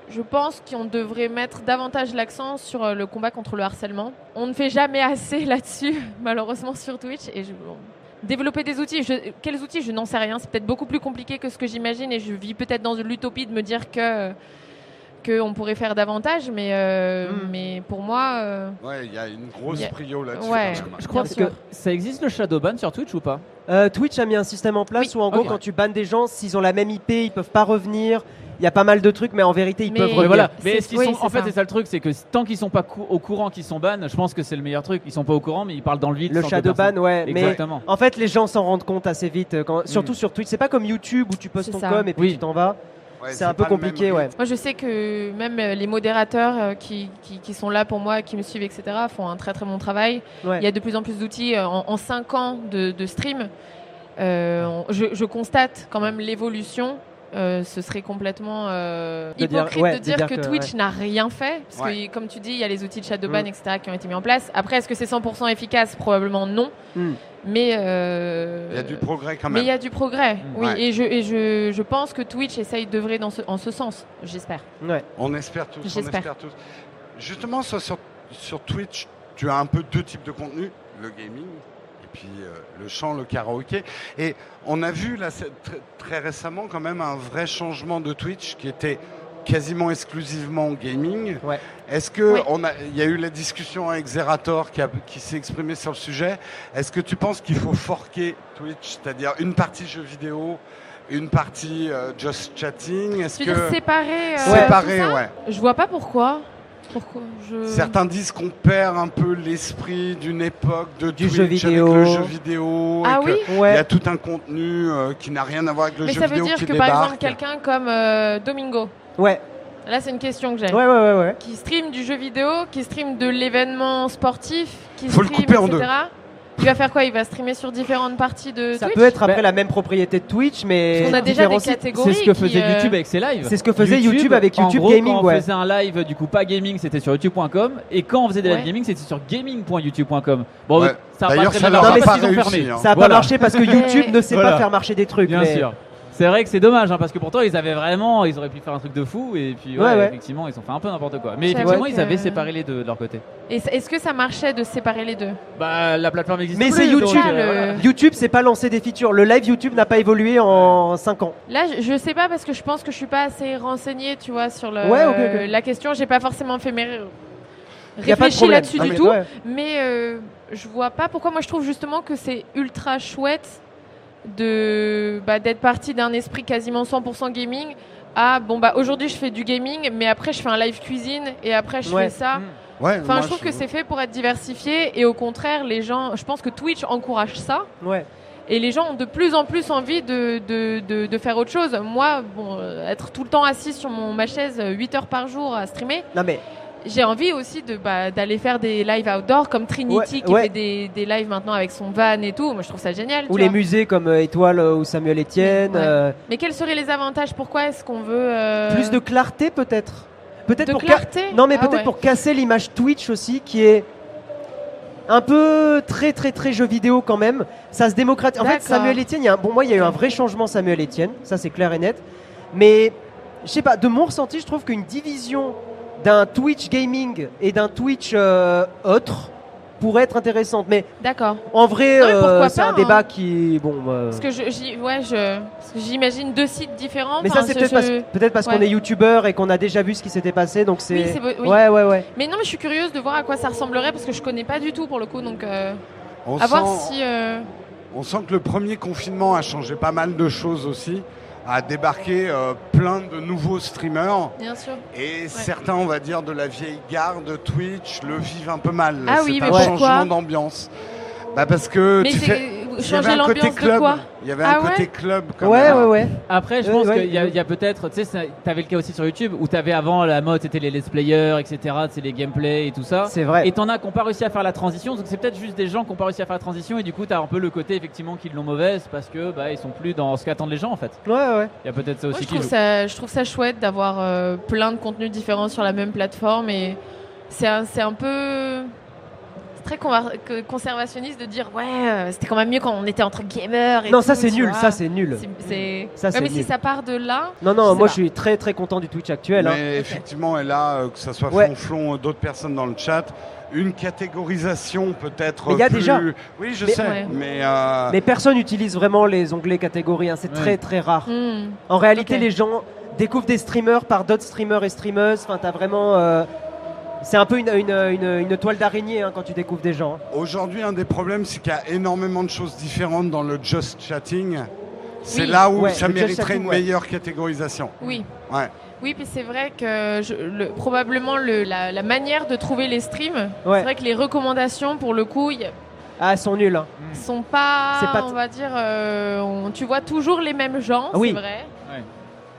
Speaker 3: je pense qu'on devrait mettre davantage l'accent sur euh, le combat contre le harcèlement. On ne fait jamais assez là-dessus, malheureusement sur Twitch. Et je, bon. développer des outils, je- quels outils, je n'en sais rien. C'est peut-être beaucoup plus compliqué que ce que j'imagine et je vis peut-être dans l'utopie de me dire que qu'on pourrait faire davantage, mais euh,
Speaker 1: Mm.
Speaker 3: mais pour moi. euh,
Speaker 2: Ouais, il y a une grosse
Speaker 3: Il y a-
Speaker 2: prio là-dessus.
Speaker 3: Ouais.
Speaker 2: quand même.
Speaker 4: Je crois
Speaker 3: Bien
Speaker 4: que
Speaker 3: sûr.
Speaker 4: ça existe le Shadowban sur Twitch ou pas
Speaker 1: Euh, Twitch a mis un système en place
Speaker 3: Oui.
Speaker 1: où en gros
Speaker 4: Ok.
Speaker 1: quand tu bannes des gens, s'ils ont la même IP, ils peuvent pas revenir. Il y a pas mal de trucs, mais en vérité ils
Speaker 3: Mais-
Speaker 1: peuvent
Speaker 3: Ouais,
Speaker 1: revenir.
Speaker 4: voilà.
Speaker 3: c'est-
Speaker 4: Mais est-ce qu'ils
Speaker 3: oui,
Speaker 4: sont
Speaker 3: c'est
Speaker 4: En fait,
Speaker 3: ça.
Speaker 4: c'est ça le truc, c'est que tant qu'ils sont pas cou- au courant qu'ils sont ban, je pense que c'est le meilleur truc. Ils sont pas au courant, mais ils parlent dans le vide.
Speaker 1: Le
Speaker 4: sans que
Speaker 1: Shadowban,
Speaker 4: personne-
Speaker 1: ouais, mais
Speaker 4: Exactement.
Speaker 1: En fait, les gens s'en rendent compte assez vite, euh, quand- surtout sur Twitch. C'est pas comme YouTube où tu postes
Speaker 3: C'est
Speaker 1: ton
Speaker 3: ça.
Speaker 1: com et puis
Speaker 4: Hmm. Oui.
Speaker 1: tu t'en vas.
Speaker 2: Ouais,
Speaker 1: c'est un peu
Speaker 2: pas le même
Speaker 1: compliqué, ouais.
Speaker 2: rythme.
Speaker 3: Moi, je sais que même euh, les modérateurs euh, qui, qui- qui sont là pour moi, qui me suivent, etc., font un très très bon travail.
Speaker 1: Ouais.
Speaker 3: Il y a de plus en plus d'outils. euh, En, 5 ans de, de stream, euh, on- je, je constate quand même l'évolution. Euh, ce serait complètement euh,
Speaker 1: De dire-
Speaker 3: hypocrite
Speaker 1: ouais,
Speaker 3: de dire, que, Twitch n'a rien fait. Parce que, comme tu dis, il y a les outils de chat de ban,
Speaker 1: Mm.
Speaker 3: etc., qui ont été mis en place. Après, est-ce que c'est 100% efficace Probablement non.
Speaker 1: Mm.
Speaker 3: Mais euh,
Speaker 2: Il y a du progrès quand
Speaker 3: mais
Speaker 2: même.
Speaker 3: il y a du progrès,
Speaker 4: Mm.
Speaker 3: oui,
Speaker 2: Ouais.
Speaker 3: et, je, et je, je pense que Twitch essaye d'œuvrer dans ce, en ce sens, j'espère.
Speaker 1: Ouais.
Speaker 2: On espère tous, on
Speaker 3: J'espère.
Speaker 2: espère tous. Justement, sur, sur, sur Twitch, tu as un peu deux types de contenu, le gaming et puis euh, le chant, le karaoké. Et on a vu là, c'est tr- très récemment quand même un vrai changement de Twitch qui était quasiment exclusivement gaming.
Speaker 1: Ouais.
Speaker 2: Est-ce que
Speaker 3: Oui.
Speaker 2: on a, il y a eu la discussion avec Zerator qui, a- qui s'est exprimé sur le sujet Est-ce que tu penses qu'il faut forquer Twitch, c'est-à-dire une partie jeux vidéo, une partie euh, just chatting Est-ce
Speaker 3: Tu
Speaker 2: que
Speaker 3: veux dire séparer, euh,
Speaker 2: séparer,
Speaker 3: tout ça
Speaker 2: ouais.
Speaker 3: Je vois pas pourquoi. Pourquoi je...
Speaker 2: Certains disent qu'on perd un peu l'esprit d'une époque de
Speaker 1: Du
Speaker 2: Twitch
Speaker 1: jeu vidéo.
Speaker 2: avec le jeu vidéo.
Speaker 3: Ah
Speaker 2: et que
Speaker 3: oui
Speaker 2: Il y
Speaker 1: Ouais.
Speaker 2: a tout un contenu euh, qui n'a rien à voir avec le
Speaker 3: Mais
Speaker 2: jeu
Speaker 3: ça veut
Speaker 2: euh, vidéo
Speaker 3: dire
Speaker 2: qui
Speaker 3: que
Speaker 2: débarque.
Speaker 3: par exemple quelqu'un comme euh, Domingo,
Speaker 1: Ouais.
Speaker 3: là c'est une question que j'ai,
Speaker 1: Ouais, ouais, ouais, ouais.
Speaker 3: qui stream du jeu vidéo, qui stream de l'événement sportif, qui
Speaker 2: Faut le
Speaker 3: stream,
Speaker 2: couper en
Speaker 3: etc. Il va faire quoi Il va streamer sur différentes parties de
Speaker 1: Ça
Speaker 3: Twitch
Speaker 1: peut être après
Speaker 4: Bah-
Speaker 1: la même propriété de Twitch, mais.
Speaker 3: Parce qu'on a déjà
Speaker 1: différents
Speaker 3: des
Speaker 1: sites.
Speaker 3: catégories.
Speaker 4: C'est ce que
Speaker 3: qui,
Speaker 4: faisait
Speaker 3: euh,
Speaker 4: YouTube avec ses lives.
Speaker 1: C'est ce que faisait YouTube, avec YouTube
Speaker 4: en gros,
Speaker 1: Gaming,
Speaker 4: quand on
Speaker 1: ouais.
Speaker 4: faisait un live, du coup, pas gaming, c'était sur youtube.com. Et quand on faisait des live
Speaker 3: Ouais.
Speaker 4: gaming, c'était sur gaming.youtube.com. Bon,
Speaker 2: Ouais.
Speaker 4: ça a pas
Speaker 2: D'ailleurs,
Speaker 4: très
Speaker 2: ça
Speaker 4: bien
Speaker 2: leur
Speaker 4: marché
Speaker 1: a
Speaker 4: parce
Speaker 2: pas
Speaker 4: qu'ils ont
Speaker 2: réussi,
Speaker 4: fermé.
Speaker 2: hein.
Speaker 1: Ça a
Speaker 4: Voilà.
Speaker 1: pas marché parce que YouTube ne sait
Speaker 4: Voilà.
Speaker 1: pas faire marcher des trucs.
Speaker 4: Bien
Speaker 1: mais-
Speaker 4: sûr. C'est vrai que c'est dommage hein, parce que pourtant ils avaient vraiment, ils auraient pu faire un truc de fou et puis ouais,
Speaker 1: Ouais, ouais.
Speaker 4: effectivement ils ont fait un peu n'importe quoi. Mais
Speaker 3: J'avoue
Speaker 4: effectivement
Speaker 3: que-
Speaker 4: ils avaient séparé les deux de leur côté.
Speaker 3: Et c- Est-ce que ça marchait de séparer les deux
Speaker 4: Bah la plateforme existe.
Speaker 1: Mais
Speaker 4: plus,
Speaker 1: c'est
Speaker 4: donc,
Speaker 1: YouTube.
Speaker 4: euh,
Speaker 3: Le-
Speaker 4: voilà.
Speaker 1: YouTube, c'est pas lancer des features. Le live YouTube n'a pas évolué en 5 ans.
Speaker 3: Là, je, je sais pas parce que je pense que je suis pas assez renseignée, tu vois, sur le,
Speaker 1: Ouais, ok, ok.
Speaker 3: la question. J'ai pas forcément fait mes
Speaker 1: Il a pas de
Speaker 3: réfléchis
Speaker 1: problème.
Speaker 3: là-dessus
Speaker 1: Non,
Speaker 3: du
Speaker 1: mais-
Speaker 3: tout,
Speaker 1: ouais.
Speaker 3: mais euh, je vois pas pourquoi. Moi, je trouve justement que c'est ultra chouette de bah, d'être parti d'un esprit quasiment 100% gaming à bon bah aujourd'hui je fais du gaming, mais après je fais un live cuisine et après je
Speaker 1: Ouais. Mmh.
Speaker 3: fais ça.
Speaker 4: Mm.
Speaker 2: Ouais,
Speaker 3: Enfin,
Speaker 2: moi,
Speaker 3: je trouve que c'est fait pour être diversifié et au contraire, les gens, je pense que Twitch encourage ça.
Speaker 1: Ouais.
Speaker 3: Et les gens ont de plus en plus envie de, de, de, de faire autre chose. Moi, bon, euh, être tout le temps assis sur mon, ma chaise 8 heures par jour à streamer,
Speaker 1: Non, mais
Speaker 3: j'ai envie aussi de bah, d'aller faire des lives outdoor comme Trinity
Speaker 1: Ouais,
Speaker 3: qui
Speaker 1: ouais.
Speaker 3: fait des, des lives maintenant avec son van et tout. Moi, je trouve ça génial.
Speaker 1: ou
Speaker 3: tu
Speaker 1: les
Speaker 3: vois.
Speaker 1: musées comme euh, Étoile euh, ou Samuel Etienne.
Speaker 3: Ouais.
Speaker 1: euh,
Speaker 3: Mais quels seraient les avantages Pourquoi est-ce qu'on veut euh,
Speaker 1: Plus de clarté peut-être. Peut-être
Speaker 3: de
Speaker 1: pour ca-
Speaker 3: clarté
Speaker 1: Non mais
Speaker 3: Ah
Speaker 1: peut-être
Speaker 3: ouais.
Speaker 1: pour casser l'image Twitch aussi qui est un peu très très très jeu vidéo quand même. Ça se démocratise. En fait
Speaker 3: D'accord.
Speaker 1: Samuel Etienne, il y a un... bon moi il y a eu un vrai changement Samuel Etienne, ça c'est clair et net. Mais je sais pas, de mon ressenti, je trouve qu'une division d'un Twitch gaming et d'un Twitch euh, autre pourrait être intéressante. Mais
Speaker 3: D'accord.
Speaker 1: en vrai,
Speaker 3: Non, mais
Speaker 1: euh,
Speaker 3: pourquoi
Speaker 1: c'est
Speaker 3: pas,
Speaker 1: un
Speaker 3: hein.
Speaker 1: débat qui bon. euh,
Speaker 3: Parce que je- j'y- ouais, je- parce que j'imagine deux sites différents.
Speaker 1: Mais
Speaker 3: Enfin,
Speaker 1: ça c'est
Speaker 3: je-
Speaker 1: peut-être
Speaker 3: je-
Speaker 1: parce, peut-être parce qu'on
Speaker 3: ouais.
Speaker 1: est youtubeur et qu'on a déjà vu ce qui s'était passé, donc c'est.
Speaker 3: Oui, c'est beau- oui.
Speaker 1: Ouais ouais ouais.
Speaker 3: Mais non, mais je suis curieuse de voir à quoi ça ressemblerait parce que je connais pas du tout pour le coup. Donc, euh,
Speaker 2: on
Speaker 3: à voir
Speaker 2: sent-
Speaker 3: si. euh,
Speaker 2: On sent que le premier confinement a changé pas mal de choses aussi, a débarqué euh, plein de nouveaux streamers
Speaker 3: Bien sûr.
Speaker 2: et certains, on va dire, de la vieille garde Twitch le vivent un peu mal.
Speaker 3: Ah
Speaker 2: C'est
Speaker 3: oui,
Speaker 2: un
Speaker 3: mais pourquoi
Speaker 2: changement d'ambiance. Bah parce que
Speaker 3: Mais
Speaker 2: tu
Speaker 3: c'est
Speaker 2: fais. il y avait
Speaker 3: changer
Speaker 2: un côté
Speaker 3: l'ambiance de
Speaker 2: club.
Speaker 1: Euh,
Speaker 3: quoi
Speaker 2: Il y avait
Speaker 3: Ah
Speaker 2: un
Speaker 3: ouais
Speaker 2: côté club. Quand
Speaker 1: Ouais,
Speaker 2: même.
Speaker 1: ouais,
Speaker 2: hein.
Speaker 1: ouais.
Speaker 4: Après, je
Speaker 1: Ouais,
Speaker 4: pense
Speaker 1: ouais,
Speaker 4: qu'il y a,
Speaker 1: ouais.
Speaker 4: il y a peut-être, tu sais, ça- t'avais le cas aussi sur YouTube où t'avais avant la mode, c'était les let's players, etc., c'est les gameplays et tout ça.
Speaker 1: C'est vrai.
Speaker 4: Et t'en as qui n'ont pas réussi à faire la transition, donc c'est peut-être juste des gens qui n'ont pas réussi à faire la transition et du coup t'as un peu le côté effectivement qu'ils l'ont mauvaise parce que bah ils sont plus dans ce qu'attendent les gens en fait.
Speaker 1: Ouais, ouais.
Speaker 4: Il y a peut-être ça
Speaker 3: Moi,
Speaker 4: aussi
Speaker 3: je
Speaker 4: qui
Speaker 3: trouve
Speaker 4: joue.
Speaker 3: ça, je trouve ça chouette d'avoir euh, plein de contenus différents sur la même plateforme et c'est un, c'est un peu c'est très conver- que- conservationniste de dire ouais euh, c'était quand même mieux quand on était entre gamers. Et
Speaker 1: Non, ça
Speaker 3: tout,
Speaker 1: c'est
Speaker 3: tu
Speaker 1: nul,
Speaker 3: vois.
Speaker 1: ça c'est nul.
Speaker 3: C'est- c'est-
Speaker 1: Ça,
Speaker 3: Ouais,
Speaker 1: c'est
Speaker 3: mais si
Speaker 1: nul.
Speaker 3: ça part de là,
Speaker 1: Non,
Speaker 3: je
Speaker 1: non,
Speaker 3: sais
Speaker 1: moi
Speaker 3: pas.
Speaker 1: je suis très très content du Twitch actuel. hein.
Speaker 2: Mais effectivement, et là, euh, que ça soit
Speaker 1: Ouais.
Speaker 2: Flonflon, euh, d'autres personnes dans le chat, une catégorisation peut-être.
Speaker 1: Mais il y a
Speaker 2: plus-
Speaker 1: déjà.
Speaker 2: Oui, je
Speaker 1: Mais-
Speaker 2: sais,
Speaker 3: Ouais.
Speaker 2: mais, euh,
Speaker 1: Mais personne n'utilise vraiment les onglets catégories, hein, c'est
Speaker 4: Ouais.
Speaker 1: très très rare.
Speaker 3: hmm,
Speaker 1: En réalité,
Speaker 3: Ok.
Speaker 1: les gens découvrent des streamers par d'autres streamers et streameuses. Enfin, t'as vraiment. euh, C'est un peu une, une, une- une toile d'araignée hein, quand tu découvres des gens. hein.
Speaker 2: aujourd'hui, un des problèmes, c'est qu'il y a énormément de choses différentes dans le just chatting. C'est
Speaker 3: Oui.
Speaker 2: là où
Speaker 1: Ouais,
Speaker 2: ça
Speaker 1: le just
Speaker 2: mériterait
Speaker 1: chatting,
Speaker 2: une
Speaker 1: ouais.
Speaker 2: meilleure catégorisation.
Speaker 3: oui.
Speaker 2: Ouais.
Speaker 3: Oui, puis c'est vrai que je- le- probablement le- la, la manière de trouver les streams, c'est
Speaker 1: Ouais.
Speaker 3: vrai que les recommandations pour le coup, y a-
Speaker 1: Ah, ils sont nuls. hein.
Speaker 3: sont pas,
Speaker 1: C'est pas
Speaker 3: on
Speaker 1: t-
Speaker 3: va dire, euh, on- tu vois toujours les mêmes gens,
Speaker 1: Ah oui.
Speaker 3: c'est vrai.
Speaker 4: Ouais.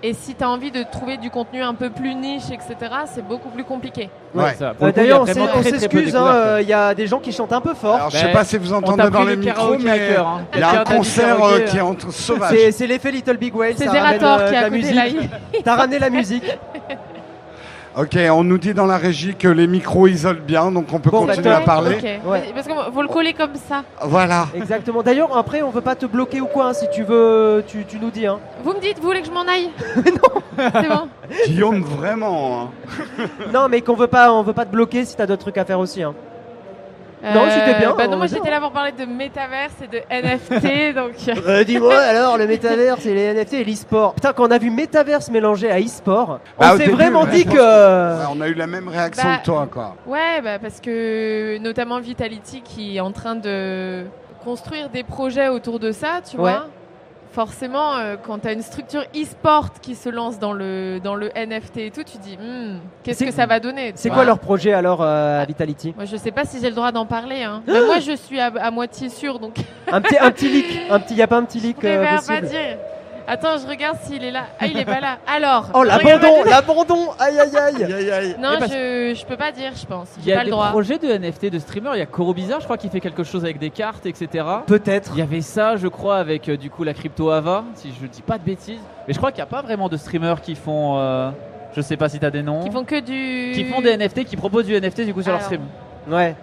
Speaker 3: Et si tu as envie de trouver du contenu un peu plus niche, etc., c'est beaucoup plus compliqué.
Speaker 2: Ouais.
Speaker 4: Ça, pour
Speaker 1: Euh,
Speaker 4: le coup, il y a
Speaker 1: D'ailleurs, on s'est-
Speaker 4: vraiment
Speaker 1: on
Speaker 4: très, très peu
Speaker 1: s'excuse, hein,
Speaker 4: découvert, quoi.
Speaker 1: euh, il y a des gens qui chantent un peu fort.
Speaker 2: Alors, je sais
Speaker 4: Ben,
Speaker 2: pas si vous
Speaker 4: On
Speaker 2: entendez
Speaker 4: t'a
Speaker 2: dans
Speaker 4: pris
Speaker 2: les
Speaker 4: le
Speaker 2: micros,
Speaker 4: karaoké à
Speaker 2: mais
Speaker 4: cœur. hein.
Speaker 2: il y a un
Speaker 4: Tiens, t'as dit
Speaker 2: concert
Speaker 4: karaoké,
Speaker 2: euh, qui est
Speaker 4: hein.
Speaker 2: entre
Speaker 1: C'est
Speaker 2: sauvage.
Speaker 1: c'est l'effet Little Big Whale.
Speaker 3: C'est
Speaker 1: ça ramène,
Speaker 3: Zerator
Speaker 1: euh,
Speaker 3: qui
Speaker 1: de
Speaker 3: a
Speaker 1: la
Speaker 3: coupé la
Speaker 1: musique. T'as ramené la musique.
Speaker 2: Ok, on nous dit dans la régie que les micros isolent bien, donc on peut
Speaker 1: Bon, bah,
Speaker 2: continuer
Speaker 1: d'accord.
Speaker 2: à parler.
Speaker 3: Ok.
Speaker 1: Ouais.
Speaker 3: Parce qu'on faut le coller comme ça.
Speaker 2: Voilà.
Speaker 1: Exactement. D'ailleurs, après, on veut pas te bloquer ou quoi. hein, si tu veux, tu, tu nous dis. Hein.
Speaker 3: Vous me dites, vous voulez que je m'en aille Non C'est bon.
Speaker 2: Guillaume, vraiment. hein.
Speaker 1: non, mais qu'on veut pas, on veut pas te bloquer si t'as d'autres trucs à faire aussi. hein. Non, c'était bien,
Speaker 3: Bah non,
Speaker 1: on
Speaker 3: moi
Speaker 1: est bien.
Speaker 3: j'étais là pour parler de métaverse et de NFT, donc. euh,
Speaker 1: Euh, Dis-moi alors, le métaverse et les NFT et l'e-sport. Putain, quand on a vu métaverse mélangé à e-sport, on
Speaker 2: Bah, au
Speaker 1: s'est
Speaker 2: début,
Speaker 1: vraiment
Speaker 2: ouais,
Speaker 1: dit
Speaker 2: je pense
Speaker 1: que.
Speaker 2: Ouais, on a eu la même réaction
Speaker 3: Bah,
Speaker 2: que toi, quoi.
Speaker 3: Ouais, bah parce que notamment Vitality qui est en train de construire des projets autour de ça, tu
Speaker 1: Ouais.
Speaker 3: vois. Forcément, euh, quand tu as une structure e-sport qui se lance dans le, dans le NFT et tout, tu dis, Hmm, qu'est-ce
Speaker 1: C'est-
Speaker 3: que ça va donner tu
Speaker 1: C'est
Speaker 3: vois
Speaker 1: quoi leur projet alors, euh, à Vitality
Speaker 3: Moi, je sais pas si j'ai le droit d'en parler. Hein.
Speaker 4: Ah
Speaker 3: Bah, moi, je suis à, à moitié sûre, donc
Speaker 1: Un petit, un petit leak. Un petit, y a pas un petit
Speaker 3: je
Speaker 1: leak euh,
Speaker 3: préfère pas
Speaker 1: possible
Speaker 3: dire. Attends, je regarde s'il est là. Ah, il est pas là. Alors.
Speaker 1: Oh,
Speaker 3: je regarde pas
Speaker 1: l'abandon, l'abandon. Aïe, aïe, aïe.
Speaker 3: le- Non,
Speaker 4: Eh ben,
Speaker 3: je, je peux pas dire, je pense.
Speaker 4: Il y
Speaker 3: J'ai
Speaker 4: a
Speaker 3: pas
Speaker 4: des
Speaker 3: le droit.
Speaker 4: projets de NFT de streamers. Il y a Koro Bizarre, je crois, qui fait quelque chose avec des cartes, etc.
Speaker 1: Peut-être.
Speaker 4: Il y avait ça, je crois, avec euh, du coup la crypto Ava, si je dis pas de bêtises. Mais je crois qu'il n'y a pas vraiment de streamers qui font. euh, je sais pas si t'as des noms.
Speaker 3: Qui font que du.
Speaker 4: qui font des NFT, qui proposent du NFT du coup sur leur
Speaker 3: Alors.
Speaker 4: stream.
Speaker 1: Ouais,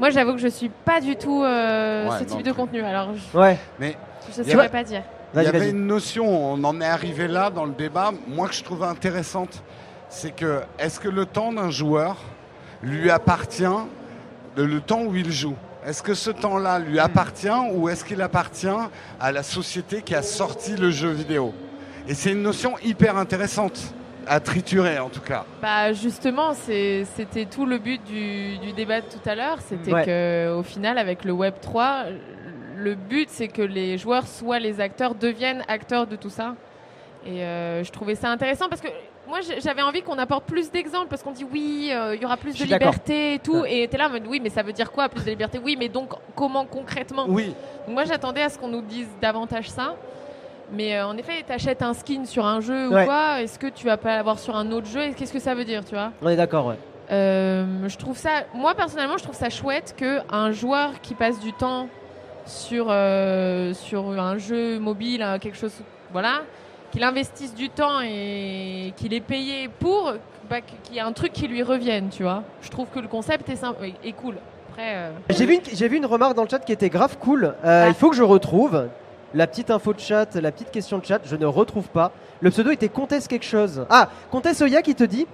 Speaker 3: Moi, j'avoue que je suis pas du tout euh,
Speaker 2: Ouais,
Speaker 3: ce
Speaker 2: non
Speaker 3: type de
Speaker 2: plus.
Speaker 3: contenu. Alors, je,
Speaker 1: ouais.
Speaker 3: je
Speaker 2: Tu
Speaker 3: saurais
Speaker 1: vois-
Speaker 3: pas dire.
Speaker 2: Il y
Speaker 1: Vas-y,
Speaker 2: avait
Speaker 1: vas-y.
Speaker 2: une notion, on en est arrivé là dans le débat, moi que je trouvais intéressante, c'est que est-ce que le temps d'un joueur lui appartient de le temps où il joue Est-ce que ce temps-là lui
Speaker 1: Hmm.
Speaker 2: appartient ou est-ce qu'il appartient à la société qui a sorti le jeu vidéo Et c'est une notion hyper intéressante à triturer en tout cas.
Speaker 3: Bah, justement, c'est- c'était tout le but du, du débat de tout à l'heure. C'était
Speaker 1: Ouais.
Speaker 3: que, au final, avec le Web 3, le but, c'est que les joueurs soient les acteurs, deviennent acteurs de tout ça. Et euh, je trouvais ça intéressant parce que moi, j'ai- j'avais envie qu'on apporte plus d'exemples parce qu'on dit oui, euh, il y aura plus
Speaker 1: Je
Speaker 3: de
Speaker 1: suis d'accord.
Speaker 3: liberté et tout. Et t'es là en mode oui, mais ça veut dire quoi plus de liberté Oui, mais donc comment concrètement
Speaker 2: Oui,
Speaker 3: Donc Moi, j'attendais à ce qu'on nous dise davantage ça. Mais euh, en effet, t'achètes un skin sur un jeu
Speaker 1: Ouais.
Speaker 3: ou quoi Est-ce que tu vas pas l'avoir sur un autre jeu Et Qu'est-ce que ça veut dire, tu vois
Speaker 1: On est d'accord, ouais.
Speaker 3: Euh, Je trouve ça, moi personnellement, je trouve ça chouette que un joueur qui passe du temps sur euh, sur un jeu mobile, euh, quelque chose, voilà, qu'il investisse du temps et qu'il est payé pour, bah, qu'il y a un truc qui lui revienne, tu vois Je trouve que le concept est, sympa- est cool. Après, euh,
Speaker 1: J'ai vu, une, j'ai vu une remarque dans le chat qui était grave cool. Euh,
Speaker 3: Ah.
Speaker 1: Il faut que je retrouve la petite info de chat, la petite question de chat. Je ne retrouve pas. Le pseudo était Comtesse quelque chose. Ah, Comtesse Oya qui te dit,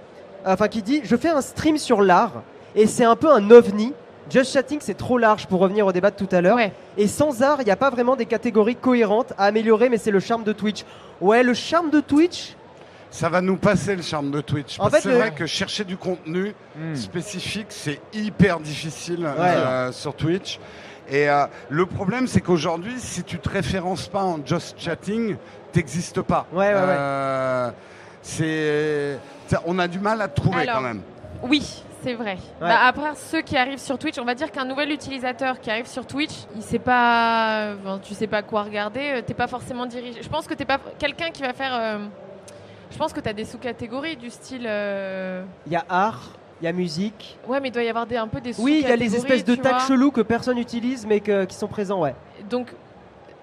Speaker 1: enfin qui dit, je fais un stream sur l'art et c'est un peu un ovni. Just chatting, c'est trop large pour revenir au débat de tout à l'heure.
Speaker 3: ouais.
Speaker 1: Et sans art, il n'y a pas vraiment des catégories cohérentes à améliorer, mais c'est le charme de Twitch. Ouais, le charme de Twitch.
Speaker 2: ça va nous passer le charme de Twitch.
Speaker 1: En
Speaker 2: Parce que
Speaker 1: fait,
Speaker 2: c'est
Speaker 1: le-
Speaker 2: vrai que chercher du contenu,
Speaker 1: Hmm.
Speaker 2: spécifique, c'est hyper difficile euh, sur Twitch. Et euh, le problème, c'est qu'aujourd'hui, si tu te références pas en just chatting, t'existes pas.
Speaker 1: Ouais, ouais, ouais.
Speaker 2: Euh, c'est, ça, on a du mal à te trouver
Speaker 3: Alors.
Speaker 2: quand même.
Speaker 3: Oui, c'est vrai. Bah, après, ceux qui arrivent sur Twitch, on va dire qu'un nouvel utilisateur qui arrive sur Twitch, il sait pas, enfin, tu sais pas quoi regarder, euh, t'es pas forcément dirigé. Je pense que t'es pas quelqu'un qui va faire. euh, Je pense que t'as des sous-catégories du style. euh,
Speaker 1: Il y a art, il y a musique.
Speaker 3: Ouais, mais il doit y avoir des, un peu des
Speaker 1: Oui, il y a les
Speaker 3: sous-catégories,
Speaker 1: espèces de
Speaker 3: tu
Speaker 1: tags
Speaker 3: vois.
Speaker 1: chelous que personne n'utilise, mais que- qui sont présents, ouais.
Speaker 3: Donc,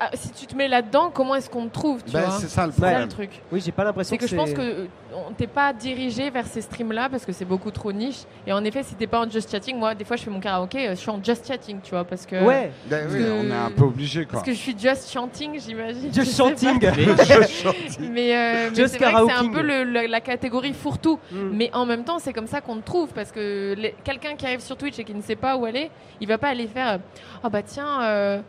Speaker 3: ah, si tu te mets là-dedans, comment est-ce qu'on te trouve tu
Speaker 1: Bah,
Speaker 2: Ben,
Speaker 3: vois
Speaker 2: c'est ça le
Speaker 3: C'est ça
Speaker 2: problème.
Speaker 3: le truc.
Speaker 1: Oui, j'ai pas l'impression
Speaker 3: C'est que je pense que euh, on- t'es pas dirigé vers ces streams-là parce que c'est beaucoup trop niche. Et en effet, si t'es pas en just chatting, moi, des fois, je fais mon karaoké, euh, je suis en just chatting, tu vois, parce que.
Speaker 1: Ouais.
Speaker 2: Ben oui,
Speaker 3: que-
Speaker 2: On est un peu obligé quoi.
Speaker 3: Parce que je suis just chanting, j'imagine. Je
Speaker 1: Just
Speaker 3: sais pas.
Speaker 1: chanting.
Speaker 3: Mais, euh, mais
Speaker 1: Just
Speaker 3: c'est vrai que c'est un
Speaker 1: karaoking.
Speaker 3: peu le- le- la catégorie fourre-tout.
Speaker 1: Mm.
Speaker 3: Mais en même temps, c'est comme ça qu'on te trouve. Parce que les- quelqu'un qui arrive sur Twitch et qui ne sait pas où aller, il va pas aller faire euh, Ah bah tiens, euh,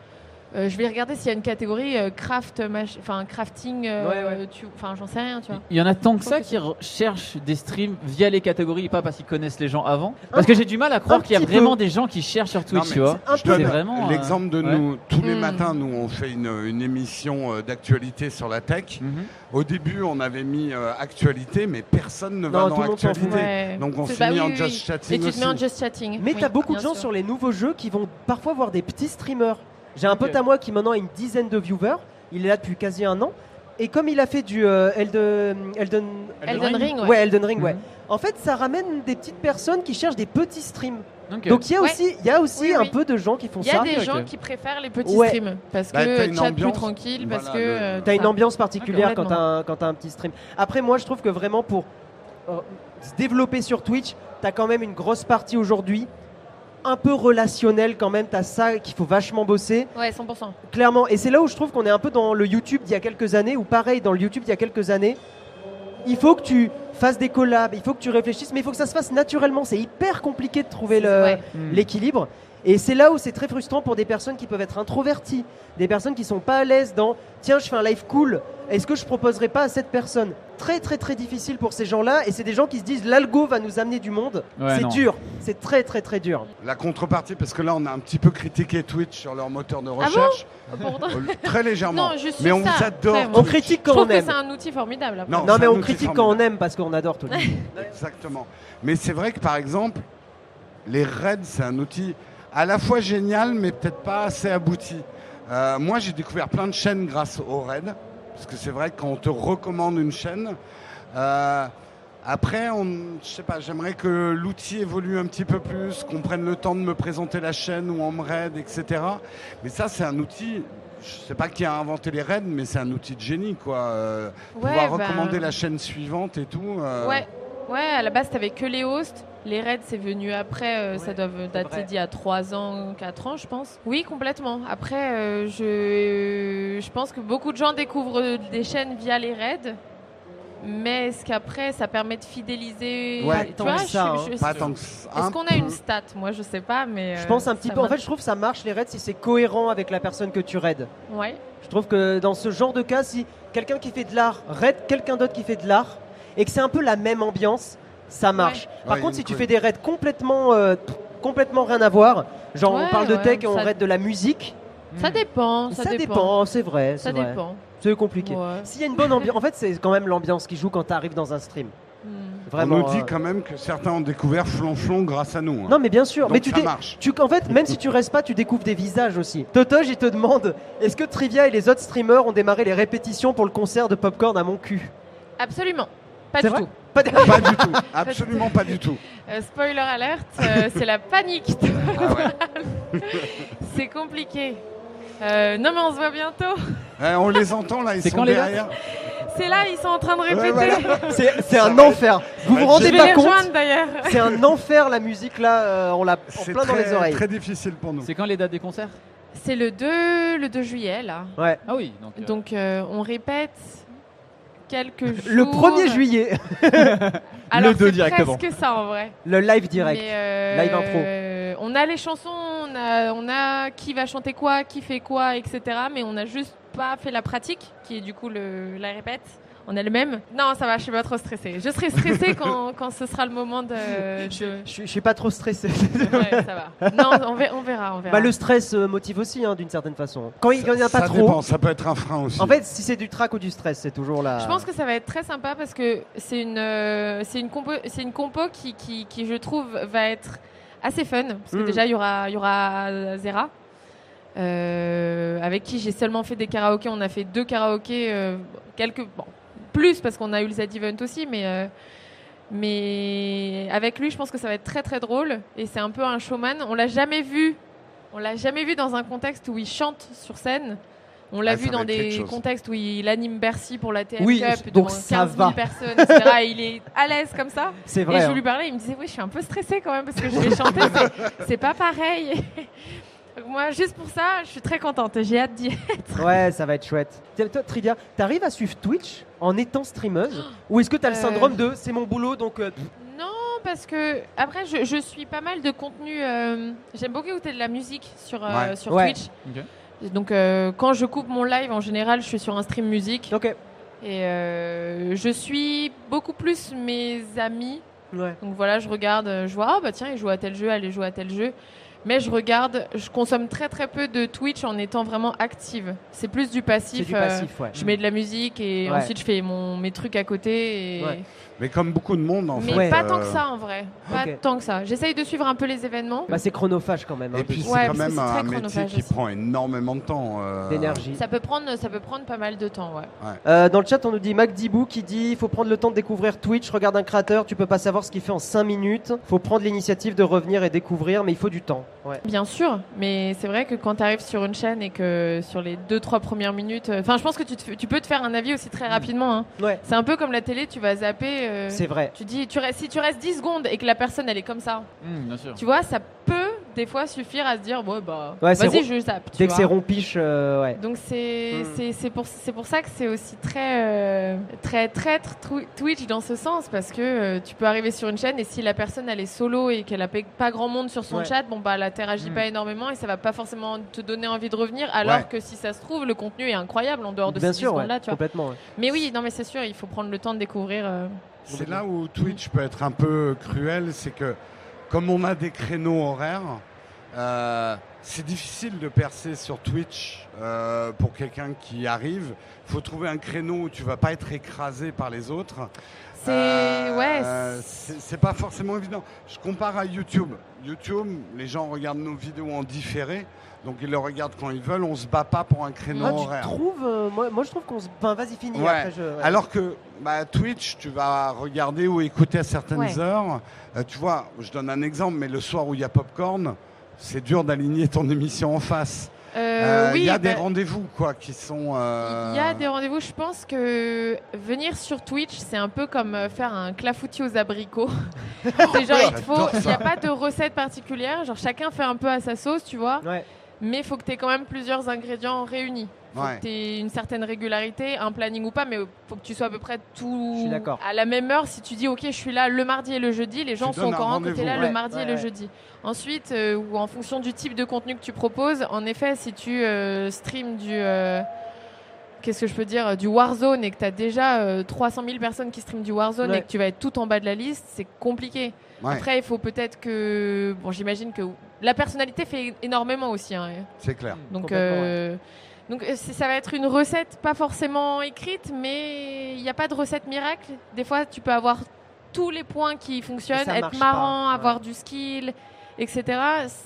Speaker 3: euh, je vais regarder s'il y a une catégorie euh, craft, mach- enfin crafting, euh,
Speaker 1: Ouais, ouais.
Speaker 3: tu- enfin j'en sais rien, tu vois.
Speaker 4: Il y en a tant que
Speaker 3: Faut
Speaker 4: ça
Speaker 3: que
Speaker 4: qui recherchent des streams via les catégories, pas parce qu'ils connaissent les gens avant. Parce que j'ai du mal à
Speaker 1: un
Speaker 4: croire qu'il y a
Speaker 1: petit
Speaker 4: vraiment des gens qui cherchent sur Twitch,
Speaker 2: mais
Speaker 4: tu vois.
Speaker 1: un
Speaker 2: Je
Speaker 1: peu
Speaker 2: donne
Speaker 4: C'est vraiment, euh,
Speaker 2: l'exemple de
Speaker 4: ouais.
Speaker 2: nous. Tous les
Speaker 3: Mm.
Speaker 2: matins, nous, on fait une, une émission euh, d'actualité sur la tech.
Speaker 4: Mhm.
Speaker 2: Au début, on avait mis euh, actualité, mais personne
Speaker 1: Non,
Speaker 2: ne va
Speaker 1: tout
Speaker 2: dans
Speaker 1: le monde s'en fout.
Speaker 2: actualité.
Speaker 3: Ouais.
Speaker 2: Donc on
Speaker 3: C'est-
Speaker 2: s'est
Speaker 3: bah
Speaker 2: mis
Speaker 3: oui,
Speaker 2: en
Speaker 3: oui,
Speaker 2: just
Speaker 3: oui.
Speaker 2: chatting
Speaker 3: Et tu te mets en
Speaker 2: aussi.
Speaker 3: just chatting.
Speaker 1: Mais
Speaker 3: oui,
Speaker 1: t'as beaucoup de
Speaker 3: bien
Speaker 1: gens
Speaker 3: sûr.
Speaker 1: sur les nouveaux jeux qui vont parfois voir des petits streamers. J'ai un
Speaker 4: Ok.
Speaker 1: pote à moi qui maintenant a une dizaine de viewers. Il est là depuis quasi un an. Et comme il a fait du euh, Elden, Elden,
Speaker 3: Elden Ring, ouais.
Speaker 1: ouais, Elden Ring, ouais.
Speaker 4: Mhm.
Speaker 1: En fait, ça ramène des petites personnes qui cherchent des petits streams.
Speaker 4: Ok.
Speaker 1: Donc il y a
Speaker 3: Ouais.
Speaker 1: aussi, il y a aussi
Speaker 3: Oui,
Speaker 1: un
Speaker 3: oui.
Speaker 1: peu de gens qui font
Speaker 3: Il y a
Speaker 1: ça. Euh,
Speaker 3: des
Speaker 4: ok.
Speaker 3: gens qui préfèrent les petits
Speaker 1: Ouais.
Speaker 3: streams parce
Speaker 2: Bah, t'as
Speaker 3: que
Speaker 2: une
Speaker 3: chat plus
Speaker 2: ambiance.
Speaker 3: tranquille, parce
Speaker 2: Voilà,
Speaker 3: que
Speaker 2: le-
Speaker 3: euh,
Speaker 1: T'as une
Speaker 3: ça-
Speaker 1: ambiance particulière quand
Speaker 3: Complètement.
Speaker 1: t'as un, quand t'as un petit stream. Après, moi, je trouve que vraiment pour euh, se développer sur Twitch, t'as quand même une grosse partie aujourd'hui, un peu relationnelle quand même. T'as ça qu'il faut vachement bosser.
Speaker 3: Ouais, 100%.
Speaker 1: Clairement, et c'est là où je trouve qu'on est un peu dans le YouTube d'il y a quelques années, ou pareil, dans le YouTube d'il y a quelques années, il faut que tu fasses des collabs, il faut que tu réfléchisses, mais il faut que ça se fasse naturellement. C'est hyper compliqué de trouver le-
Speaker 3: Ouais.
Speaker 4: Hmm.
Speaker 1: l'équilibre. Et c'est là où c'est très frustrant pour des personnes qui peuvent être introverties, des personnes qui sont pas à l'aise dans tiens, je fais un live cool, est-ce que je proposerai pas à cette personne Très, très, très difficile pour ces gens-là, et c'est des gens qui se disent l'algo va nous amener du monde.
Speaker 4: Ouais,
Speaker 1: c'est
Speaker 4: non.
Speaker 1: dur, c'est très, très, très dur.
Speaker 2: La contrepartie, parce que là, on a un petit peu critiqué Twitch sur leur moteur de
Speaker 3: Ah bon
Speaker 2: recherche,
Speaker 3: Pourtant-
Speaker 2: euh, très légèrement.
Speaker 3: Non, je suis
Speaker 2: mais on
Speaker 3: ça,
Speaker 2: vous adore.
Speaker 3: vraiment.
Speaker 1: On
Speaker 2: Twitch.
Speaker 1: critique
Speaker 3: Je
Speaker 1: quand
Speaker 3: trouve
Speaker 1: on
Speaker 3: que
Speaker 1: aime.
Speaker 3: c'est un outil formidable. après.
Speaker 2: Non,
Speaker 1: Non,
Speaker 2: c'est
Speaker 1: mais
Speaker 2: un
Speaker 1: on
Speaker 2: outil
Speaker 1: critique quand on
Speaker 2: formidable.
Speaker 1: aime parce qu'on adore tout le monde.
Speaker 2: Exactement. Mais c'est vrai que par exemple, les raids, c'est un outil à la fois génial, mais peut-être pas assez abouti. Euh, moi, j'ai découvert plein de chaînes grâce aux raids, parce que c'est vrai que quand on te recommande une chaîne, euh, après, on, je sais pas, j'aimerais que l'outil évolue un petit peu plus, qu'on prenne le temps de me présenter la chaîne ou on me raid, etc. Mais ça, c'est un outil. Je sais pas qui a inventé les raids, mais c'est un outil de génie, quoi. Euh, pouvoir
Speaker 3: bah,
Speaker 2: recommander la chaîne suivante et tout. euh,
Speaker 3: Ouais, ouais, à la base, t'avais que les hosts. Les raids, c'est venu après. euh, ça
Speaker 1: Ouais,
Speaker 3: doit dater
Speaker 1: vrai.
Speaker 3: d'il y a 3 ans, 4 ans, je pense. Oui, complètement. Après, euh, je... je pense que beaucoup de gens découvrent euh, des chaînes via les raids. Mais est-ce qu'après, ça permet de fidéliser
Speaker 2: Ouais. Pas
Speaker 3: tu
Speaker 1: tant
Speaker 3: vois,
Speaker 1: que
Speaker 3: je-
Speaker 1: ça, Hein
Speaker 3: je-
Speaker 2: Pas tant que ça.
Speaker 3: Est-ce
Speaker 2: Un
Speaker 3: qu'on a une
Speaker 2: peu.
Speaker 3: stat Moi, je sais pas, mais.
Speaker 1: Je
Speaker 3: euh,
Speaker 1: pense un petit
Speaker 3: ça
Speaker 1: peu. En
Speaker 3: m'a-
Speaker 1: fait, je trouve que ça marche les raids si c'est cohérent avec la personne que tu raides.
Speaker 3: Ouais.
Speaker 1: Je Hmm. trouve que dans ce genre de cas, si quelqu'un qui fait de l'art raid quelqu'un d'autre qui fait de l'art et que c'est un peu la même ambiance, ça marche. Par
Speaker 2: Ouais,
Speaker 1: contre,
Speaker 2: il y a
Speaker 1: si
Speaker 2: une
Speaker 1: tu
Speaker 2: cohé-
Speaker 1: fais des raids complètement, euh, t- complètement rien à voir, genre
Speaker 3: Ouais,
Speaker 1: on parle de
Speaker 3: ouais,
Speaker 1: tech et on
Speaker 3: ça-
Speaker 1: raid de la musique,
Speaker 3: Ça dépend. Ça,
Speaker 1: ça, dépend, c'est vrai,
Speaker 3: Ça
Speaker 1: c'est vrai.
Speaker 3: dépend.
Speaker 1: C'est compliqué.
Speaker 3: Ouais.
Speaker 1: S'il y a une bonne ambiance, en fait, c'est quand même l'ambiance qui joue quand tu arrives dans un stream.
Speaker 3: Hmm.
Speaker 1: Vraiment.
Speaker 2: on nous dit
Speaker 1: euh,
Speaker 2: quand même que certains ont découvert Flonflon grâce à nous. hein.
Speaker 1: Non, mais bien sûr.
Speaker 2: Donc
Speaker 1: mais tu
Speaker 2: ça
Speaker 1: t'es-
Speaker 2: marche.
Speaker 1: Tu, en fait, même si tu restes pas, tu découvres des visages aussi. Totoge, il te demande est-ce que Trivia et les autres streamers ont démarré les répétitions pour le concert de Popcorn à mon cul
Speaker 3: Absolument. Pas
Speaker 1: C'est
Speaker 3: du
Speaker 1: vrai
Speaker 3: tout.
Speaker 1: Pas de-
Speaker 2: Pas du tout, absolument pas du tout.
Speaker 3: Euh, spoiler alerte, euh, c'est la panique.
Speaker 2: Ah ouais.
Speaker 3: c'est compliqué. Euh, non mais on se voit bientôt.
Speaker 2: Eh, on les entend là, ils
Speaker 4: C'est
Speaker 2: sont
Speaker 4: quand les
Speaker 2: derrière.
Speaker 3: C'est là, ils sont en train de
Speaker 2: Ouais,
Speaker 3: répéter.
Speaker 2: voilà.
Speaker 1: C'est c'est
Speaker 2: Ça
Speaker 1: un
Speaker 2: va être-
Speaker 1: enfer. Vous vous
Speaker 2: va être
Speaker 3: Je
Speaker 1: rendez
Speaker 3: vais
Speaker 1: pas
Speaker 3: les
Speaker 1: compte
Speaker 3: rejoindre d'ailleurs.
Speaker 1: C'est un enfer la musique là, euh, on l'a en
Speaker 2: C'est
Speaker 1: plein dans les
Speaker 2: très,
Speaker 1: oreilles.
Speaker 2: très difficile pour nous.
Speaker 4: C'est quand les dates des concerts
Speaker 3: C'est le 2, le 2 juillet là.
Speaker 1: Ouais.
Speaker 4: Ah oui, donc. euh,
Speaker 3: Donc euh, on répète quelques jours.
Speaker 1: Le 1er juillet,
Speaker 3: Alors,
Speaker 4: Le 2
Speaker 3: c'est
Speaker 4: directement.
Speaker 3: Presque ça en vrai.
Speaker 1: le live direct.
Speaker 3: Mais, euh,
Speaker 1: Live impro.
Speaker 3: euh, On a les chansons, on a, on a qui va chanter quoi, qui fait quoi, etc. Mais on n'a juste pas fait la pratique, qui est du coup le, la répète. On a le même. Non, ça va, je suis pas trop stressée. Je serai stressée quand, quand ce sera le moment de. de-
Speaker 1: Je, suis- je suis pas trop stressé.
Speaker 3: Ouais, ça va. Non, on ver- on verra, on verra.
Speaker 1: bah, le stress euh, motive aussi hein, d'une certaine façon. Quand il y en a pas
Speaker 2: ça
Speaker 1: trop.
Speaker 2: dépend, ça peut être un frein aussi.
Speaker 1: En fait, si c'est du trac ou du stress, c'est toujours la.
Speaker 3: Je pense que ça va être très sympa parce que c'est une, euh, c'est une compo, c'est une compo qui, qui, qui, je trouve, va être assez fun. Parce
Speaker 2: Hmm.
Speaker 3: que
Speaker 1: Mm.
Speaker 3: déjà, il y aura, il y aura Zera, euh, avec qui j'ai seulement fait des karaokés. On a fait deux karaokés, euh, quelques, bon, plus parce qu'on a eu le Z-Event aussi, mais, euh, mais avec lui, je pense que ça va être très très drôle. Et c'est un peu un showman. On l'a jamais vu. On l'a jamais vu dans un contexte où il chante sur scène. On l'a
Speaker 2: Ah,
Speaker 3: vu
Speaker 2: ça va
Speaker 3: dans
Speaker 2: être quelque
Speaker 3: des
Speaker 2: chose.
Speaker 3: contextes où il anime Bercy pour la TF
Speaker 1: Oui,
Speaker 3: Cup
Speaker 1: donc
Speaker 3: devant
Speaker 1: ça
Speaker 3: 15
Speaker 1: va.
Speaker 3: 000 personnes, etc. Et il est à l'aise comme ça.
Speaker 1: C'est vrai.
Speaker 3: et je
Speaker 1: hein.
Speaker 3: lui parlais, il me disait oui, je suis un peu stressée quand même parce que je vais chanter, c'est- c'est pas pareil. Donc Moi, juste pour ça, je suis très contente. J'ai hâte d'y
Speaker 1: Ouais, ça va être chouette. Tiens, Toi, Trivia, t'arrives à suivre Twitch en étant streameuse Ou est-ce que t'as le
Speaker 3: Euh.
Speaker 1: syndrome de c'est mon boulot donc. euh,
Speaker 3: Non, parce que après, je, je suis pas mal de contenu. euh, J'aime beaucoup écouter de la musique sur, euh,
Speaker 2: Ouais.
Speaker 3: sur
Speaker 1: Ouais.
Speaker 3: Twitch. Donc, euh, quand je coupe mon live, en général, je suis sur un stream musique.
Speaker 1: Ok.
Speaker 3: Et euh, je suis beaucoup plus mes amis.
Speaker 1: Ouais.
Speaker 3: Donc voilà, je regarde, euh, je vois, ah bah tiens, il joue à tel jeu, elle joue à tel jeu. Mais je regarde, je consomme très très peu de Twitch en étant vraiment active. C'est plus du
Speaker 1: C'est
Speaker 3: passif.
Speaker 1: du
Speaker 3: euh,
Speaker 1: passif, ouais.
Speaker 3: je mets de la musique et
Speaker 1: Ouais.
Speaker 3: ensuite je fais mon, mes trucs à côté. et-
Speaker 1: Ouais.
Speaker 2: Mais comme beaucoup de monde, en
Speaker 3: Mais
Speaker 2: fait.
Speaker 3: pas
Speaker 2: euh,
Speaker 3: tant que ça en vrai. Pas
Speaker 1: Ok.
Speaker 3: tant que ça. J'essaye de suivre un peu les événements.
Speaker 1: Bah, c'est chronophage quand même. hein,
Speaker 2: Et puis
Speaker 1: de-
Speaker 2: c'est
Speaker 3: Ouais,
Speaker 2: quand
Speaker 3: parce que
Speaker 2: même
Speaker 3: c'est
Speaker 2: un
Speaker 3: très
Speaker 2: métier
Speaker 3: chronophage
Speaker 2: qui
Speaker 3: aussi.
Speaker 2: prend énormément de temps. euh,
Speaker 1: d'énergie.
Speaker 3: Ça peut prendre, ça peut prendre pas mal de temps, ouais.
Speaker 1: Euh, dans le chat, on nous dit Mac Dibou qui dit faut prendre le temps de découvrir Twitch, regarde un créateur, tu peux pas savoir ce qu'il fait en 5 minutes, faut prendre l'initiative de revenir et découvrir, mais il faut du temps. Ouais.
Speaker 3: Bien sûr, mais c'est vrai que quand tu arrives sur une chaîne et que sur les deux trois premières minutes, euh, enfin, je pense que tu, te fais- tu peux te faire un avis aussi très rapidement. hein.
Speaker 1: Ouais.
Speaker 3: C'est un peu comme la télé, tu vas zapper. euh,
Speaker 1: Mm. C'est vrai.
Speaker 3: tu dis, tu restes, si tu restes 10 secondes et que la personne elle est comme ça,
Speaker 4: Hum, bien sûr.
Speaker 3: tu vois, ça peut des fois suffire à se dire, ouais bah,
Speaker 1: Ouais, c'est
Speaker 3: vas-y,
Speaker 1: ro-
Speaker 3: je zappe. tu
Speaker 1: Dès que
Speaker 3: vois.
Speaker 1: c'est rompiche, euh, ouais.
Speaker 3: Donc c'est
Speaker 2: Hmm.
Speaker 1: Mm.
Speaker 3: c'est- c'est pour, c'est pour ça que c'est aussi très, euh, très traître Twi- Twitch dans ce sens, parce que euh, tu peux arriver sur une chaîne et si la personne elle est solo et qu'elle a pe- pas grand monde sur son
Speaker 1: Ouais.
Speaker 3: chat, bon bah elle interagit
Speaker 4: Mm.
Speaker 3: pas énormément et ça va pas forcément te donner envie de revenir, alors
Speaker 2: Hmm. Ouais.
Speaker 3: que si ça se trouve, le contenu est incroyable en dehors de
Speaker 1: Bien
Speaker 3: ces
Speaker 1: sûr, ouais,
Speaker 3: là tu vois.
Speaker 1: complètement. ouais.
Speaker 3: Mais oui, non mais c'est sûr, il faut prendre le temps de découvrir. euh,
Speaker 2: C'est là où Twitch peut être un peu cruel, c'est que comme on a des créneaux horaires, euh, c'est difficile de percer sur Twitch euh, pour quelqu'un qui arrive. Il faut trouver un créneau où tu vas pas être écrasé par les autres.
Speaker 3: C'est
Speaker 2: Euh,
Speaker 3: ouais.
Speaker 2: c'est c'est pas forcément évident. Je compare à YouTube. YouTube, les gens regardent nos vidéos en différé, donc ils le regardent quand ils veulent. On se bat pas pour un créneau
Speaker 1: Moi, Ah, tu
Speaker 2: horaire.
Speaker 1: trouves, euh, moi, moi, je trouve qu'on se. Enfin, vas-y, finis.
Speaker 2: Ouais.
Speaker 1: Après, je... ouais.
Speaker 2: Alors que bah, Twitch, tu vas regarder ou écouter à certaines
Speaker 3: Ouais.
Speaker 2: heures. Euh, tu vois, je donne un exemple, mais le soir où il y a Popcorn, c'est dur d'aligner ton émission en face.
Speaker 3: euh,
Speaker 2: Euh,
Speaker 3: oui,
Speaker 2: il y a des
Speaker 3: bah,
Speaker 2: rendez-vous quoi qui sont. euh,
Speaker 3: Il y a des rendez-vous, je pense que venir sur Twitch, c'est un peu comme euh, faire un clafoutis aux abricots. c'est genre, il te faut,
Speaker 2: J'adore ça.
Speaker 3: il n'y a pas de recette particulière, genre chacun fait un peu à sa sauce, tu vois,
Speaker 1: Ouais.
Speaker 3: mais il faut que tu aies quand même plusieurs ingrédients réunis. Faut
Speaker 2: Ouais.
Speaker 3: que tu aies une certaine régularité, un planning ou pas, mais faut que tu sois à peu près
Speaker 1: Je
Speaker 3: tout
Speaker 1: suis d'accord.
Speaker 3: à la même heure. Si tu dis, ok, je suis là le mardi et le jeudi, les gens
Speaker 2: Tu
Speaker 3: sont
Speaker 2: donnes un
Speaker 3: encore que t'es là
Speaker 2: rendez-vous.
Speaker 1: Ouais,
Speaker 3: le mardi
Speaker 1: ouais,
Speaker 3: et le
Speaker 1: ouais.
Speaker 3: jeudi. Ensuite, euh, ou en fonction du type de contenu que tu proposes, en effet, si tu euh, stream du. euh, Qu'est-ce que je peux dire euh, Du Warzone et que tu as déjà euh, 300 000 personnes qui streament du Warzone
Speaker 1: Ouais.
Speaker 3: et que tu vas être tout en bas de la liste, c'est compliqué.
Speaker 2: Ouais,
Speaker 3: Après, il faut peut-être que. Bon, j'imagine que la personnalité fait énormément aussi. hein.
Speaker 2: c'est clair.
Speaker 3: Donc,
Speaker 1: Complètement, ouais.
Speaker 3: euh, donc euh, c'est- ça va être une recette pas forcément écrite, mais il n'y a pas de recette miracle. Des fois, tu peux avoir tous les points qui
Speaker 1: Et
Speaker 3: fonctionnent,
Speaker 1: ça
Speaker 3: être
Speaker 1: marche
Speaker 3: marrant,
Speaker 1: pas, ouais.
Speaker 3: avoir du skill, etc.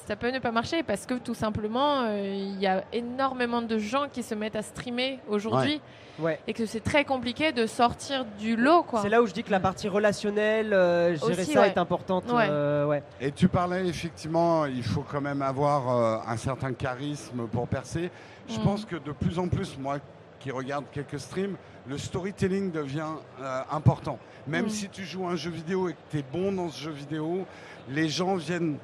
Speaker 3: Ça peut ne pas marcher parce que tout simplement, euh, il y a énormément de gens qui se mettent à streamer aujourd'hui
Speaker 1: Ouais.
Speaker 3: et que c'est très compliqué de sortir du lot. Quoi.
Speaker 1: C'est là où je dis que la partie relationnelle, euh, gérer
Speaker 3: Aussi,
Speaker 1: ça
Speaker 3: ouais.
Speaker 1: est importante.
Speaker 3: Ouais.
Speaker 1: euh, ouais.
Speaker 2: Et tu parlais effectivement, il faut quand même avoir euh, un certain charisme pour percer. Je
Speaker 3: Mm.
Speaker 2: pense que de plus en plus, moi qui regarde quelques streams, le storytelling devient euh, important. Même
Speaker 3: Mm.
Speaker 2: si tu joues à un jeu vidéo et que tu es bon dans ce jeu vidéo, les gens viennent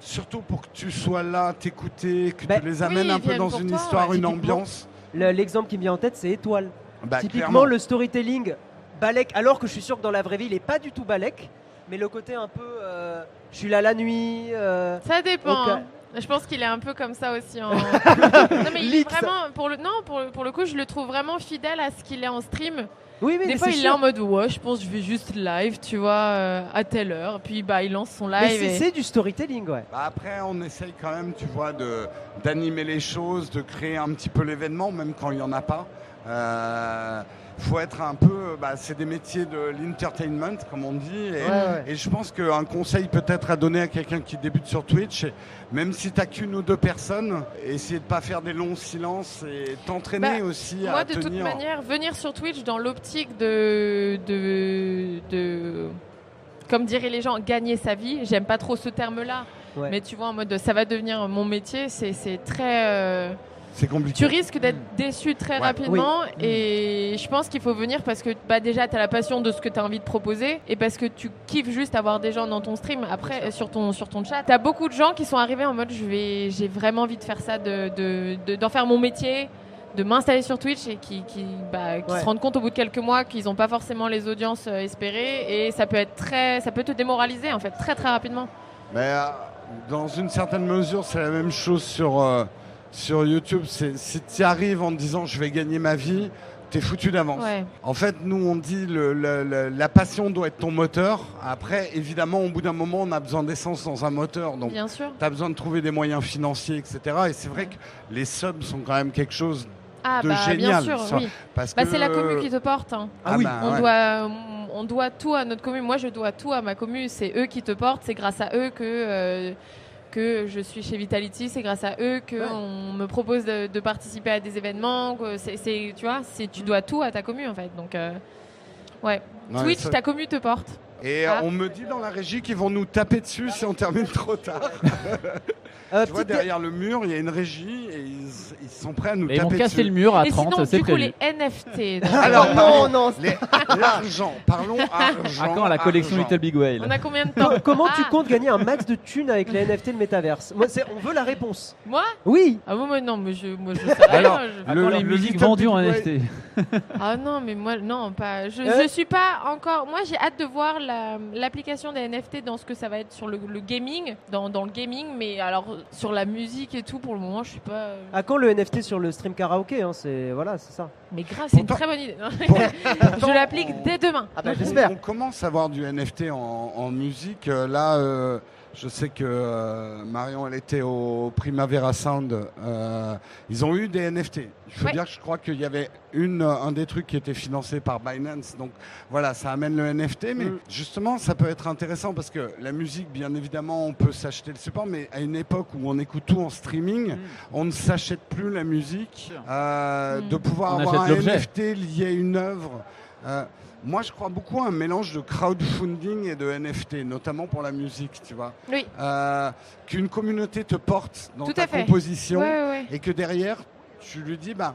Speaker 2: surtout pour que tu sois là, t'écouter, que
Speaker 1: Ben,
Speaker 2: tu les amènes
Speaker 3: Bah, oui,
Speaker 2: un
Speaker 3: ils
Speaker 2: peu
Speaker 3: viennent
Speaker 2: dans
Speaker 3: pour
Speaker 2: une
Speaker 3: toi,
Speaker 2: histoire,
Speaker 1: ouais.
Speaker 2: une
Speaker 1: Typiquement.
Speaker 2: ambiance.
Speaker 1: Le- L'exemple qui me vient en tête, c'est Étoile.
Speaker 2: Bah,
Speaker 1: Typiquement,
Speaker 2: clairement.
Speaker 1: le storytelling balèque, alors que je suis sûr que dans la vraie vie, il est pas du tout balèque, mais le côté un peu euh, je suis là la nuit. euh,
Speaker 3: Ça dépend.
Speaker 1: Ok.
Speaker 3: hein. Je pense qu'il est un peu comme ça aussi. En... non mais il est
Speaker 1: Leaks.
Speaker 3: vraiment pour le non pour, pour le coup je le trouve vraiment fidèle à ce qu'il est en stream.
Speaker 1: Oui, oui, mais
Speaker 3: Des fois
Speaker 1: c'est
Speaker 3: il est
Speaker 1: sûr.
Speaker 3: en mode ouais je pense que je vais juste live tu vois euh, à telle heure puis bah il lance son
Speaker 1: Mais
Speaker 3: live.
Speaker 1: c'est-
Speaker 3: et-
Speaker 1: c'est du storytelling, ouais.
Speaker 2: Bah, après, on essaye quand même, tu vois, de d'animer les choses, de créer un petit peu l'événement, même quand il n'y en a pas. Euh, faut être un peu, bah, c'est des métiers de l'entertainment, comme on dit. Et,
Speaker 1: ouais.
Speaker 2: et je pense qu'un conseil peut-être à donner à quelqu'un qui débute sur Twitch, même si t'as qu'une ou deux personnes, essayer de pas faire des longs silences et t'entraîner
Speaker 3: Bah,
Speaker 2: aussi à
Speaker 3: Moi de
Speaker 2: tenir.
Speaker 3: toute manière venir sur Twitch dans l'optique de de de comme diraient les gens gagner sa vie j'aime pas trop ce terme là
Speaker 1: Ouais.
Speaker 3: mais tu vois en mode ça va devenir mon métier c'est c'est très euh,
Speaker 2: c'est compliqué.
Speaker 3: Tu risques d'être déçu très
Speaker 2: Ouais.
Speaker 3: rapidement et je pense qu'il faut venir parce que bah, déjà tu as la passion de ce que tu as envie de proposer et parce que tu kiffes juste avoir des gens dans ton stream après euh, sur ton sur ton chat. Tu as beaucoup de gens qui sont arrivés en mode je vais j'ai vraiment envie de faire ça de de- de- d'en faire mon métier de m'installer sur Twitch et qui, qui, bah, qui
Speaker 1: Ouais.
Speaker 3: se rendent compte au bout de quelques mois qu'ils n'ont pas forcément les audiences euh, espérées et ça peut être très ça peut te démoraliser en fait très très rapidement.
Speaker 2: Mais euh, dans une certaine mesure, c'est la même chose sur, euh, sur YouTube. C'est- Si tu arrives en te disant je vais gagner ma vie, t'es foutu d'avance.
Speaker 3: Ouais.
Speaker 2: En fait, nous, on dit le, le- le- la passion doit être ton moteur. Après, évidemment, au bout d'un moment, on a besoin d'essence dans un moteur. Donc,
Speaker 3: Bien sûr.
Speaker 2: tu as besoin de trouver des moyens financiers, etc. Et c'est vrai que les subs sont quand même quelque chose.
Speaker 3: Ah
Speaker 2: de
Speaker 3: bah
Speaker 2: génial, euh,
Speaker 3: bien
Speaker 2: ça.
Speaker 3: sûr, oui.
Speaker 2: Parce
Speaker 3: Bah,
Speaker 2: que bah
Speaker 3: c'est la commu qui te porte. hein.
Speaker 1: Ah oui.
Speaker 3: On
Speaker 2: ouais.
Speaker 3: doit euh, on doit tout à notre commu. Moi je dois tout à ma commu. C'est eux qui te portent. C'est grâce à eux que euh, que je suis chez Vitality. C'est grâce à eux que
Speaker 1: Ouais.
Speaker 3: on me propose de, de participer à des événements. que C'est c'est- tu vois, c'est tu dois tout à ta commu en fait. Donc euh, ouais.
Speaker 2: Ouais,
Speaker 3: Twitch,
Speaker 2: ça-
Speaker 3: ta commu te porte.
Speaker 2: Et
Speaker 3: Ah.
Speaker 2: on me dit dans la régie qu'ils vont nous taper dessus si on termine trop tard.
Speaker 1: Euh,
Speaker 2: tu vois,
Speaker 1: petite-
Speaker 2: derrière le mur, il y a une régie et ils, ils sont prêts à nous
Speaker 4: Mais ils vont
Speaker 2: taper
Speaker 4: casser
Speaker 2: dessus.
Speaker 4: le mur à
Speaker 3: Et
Speaker 4: 30,
Speaker 3: sinon,
Speaker 4: c'est
Speaker 3: du coup,
Speaker 4: prévu.
Speaker 3: les NFT.
Speaker 2: Alors,
Speaker 1: non,
Speaker 2: pardon.
Speaker 1: non,
Speaker 2: Les- L'argent, parlons argent.
Speaker 4: À quand la collection
Speaker 2: argent.
Speaker 4: Little Big Whale
Speaker 3: on a combien de temps
Speaker 1: Co- Comment tu
Speaker 3: Ah,
Speaker 1: comptes gagner un max de thunes avec les NFT de métaverse Moi, c'est- on veut la réponse.
Speaker 3: Moi
Speaker 1: Oui.
Speaker 3: Ah bon, mais non, mais je, moi, je sais rien,
Speaker 2: Alors,
Speaker 3: je-
Speaker 4: À
Speaker 2: Le-
Speaker 4: quand les
Speaker 2: le
Speaker 4: musiques
Speaker 2: Little
Speaker 4: vendues
Speaker 2: Big
Speaker 4: en
Speaker 2: Whale.
Speaker 4: NFT
Speaker 3: Ah non, mais moi, non, pas. Je,
Speaker 1: Euh
Speaker 3: je suis pas encore. Moi, j'ai hâte de voir la- l'application des NFT dans ce que ça va être sur le, le gaming, dans, dans le gaming, mais alors sur la musique et tout, pour le moment, je suis pas. euh,
Speaker 1: À quand le NFT sur le stream karaoké hein, C'est voilà, c'est ça.
Speaker 3: Mais grave, c'est une
Speaker 2: Pourtant-
Speaker 3: très bonne idée.
Speaker 2: Pour-
Speaker 3: je
Speaker 2: pourtant,
Speaker 3: l'applique
Speaker 2: on-
Speaker 3: dès demain.
Speaker 1: Ah bah,
Speaker 2: on-
Speaker 1: j'espère.
Speaker 2: On commence à avoir du NFT en, en musique. Euh, Là, euh, je sais que euh, Marion, elle était au Primavera Sound. Euh, ils ont eu des NFT. Il faut
Speaker 3: Ouais.
Speaker 2: dire que je crois qu'il y avait une, euh, un des trucs qui était financé par Binance. Donc voilà, ça amène le NFT. Mais
Speaker 1: Mm.
Speaker 2: justement, ça peut être intéressant parce que la musique, bien évidemment, on peut s'acheter le support. Mais à une époque où on écoute tout en
Speaker 1: Mm.
Speaker 2: streaming, on ne s'achète plus la musique, euh,
Speaker 3: Mm.
Speaker 2: de pouvoir
Speaker 4: On
Speaker 2: avoir un
Speaker 4: achète l'objet.
Speaker 2: NFT lié à une œuvre. Euh, moi, je crois beaucoup à un mélange de crowdfunding et de NFT, notamment pour la musique, tu vois.
Speaker 3: Oui.
Speaker 2: Euh, Qu'une communauté te porte dans
Speaker 3: Tout
Speaker 2: ta
Speaker 3: à fait. Ouais,
Speaker 2: composition
Speaker 3: ouais, ouais.
Speaker 2: et que derrière, tu lui dis, bah,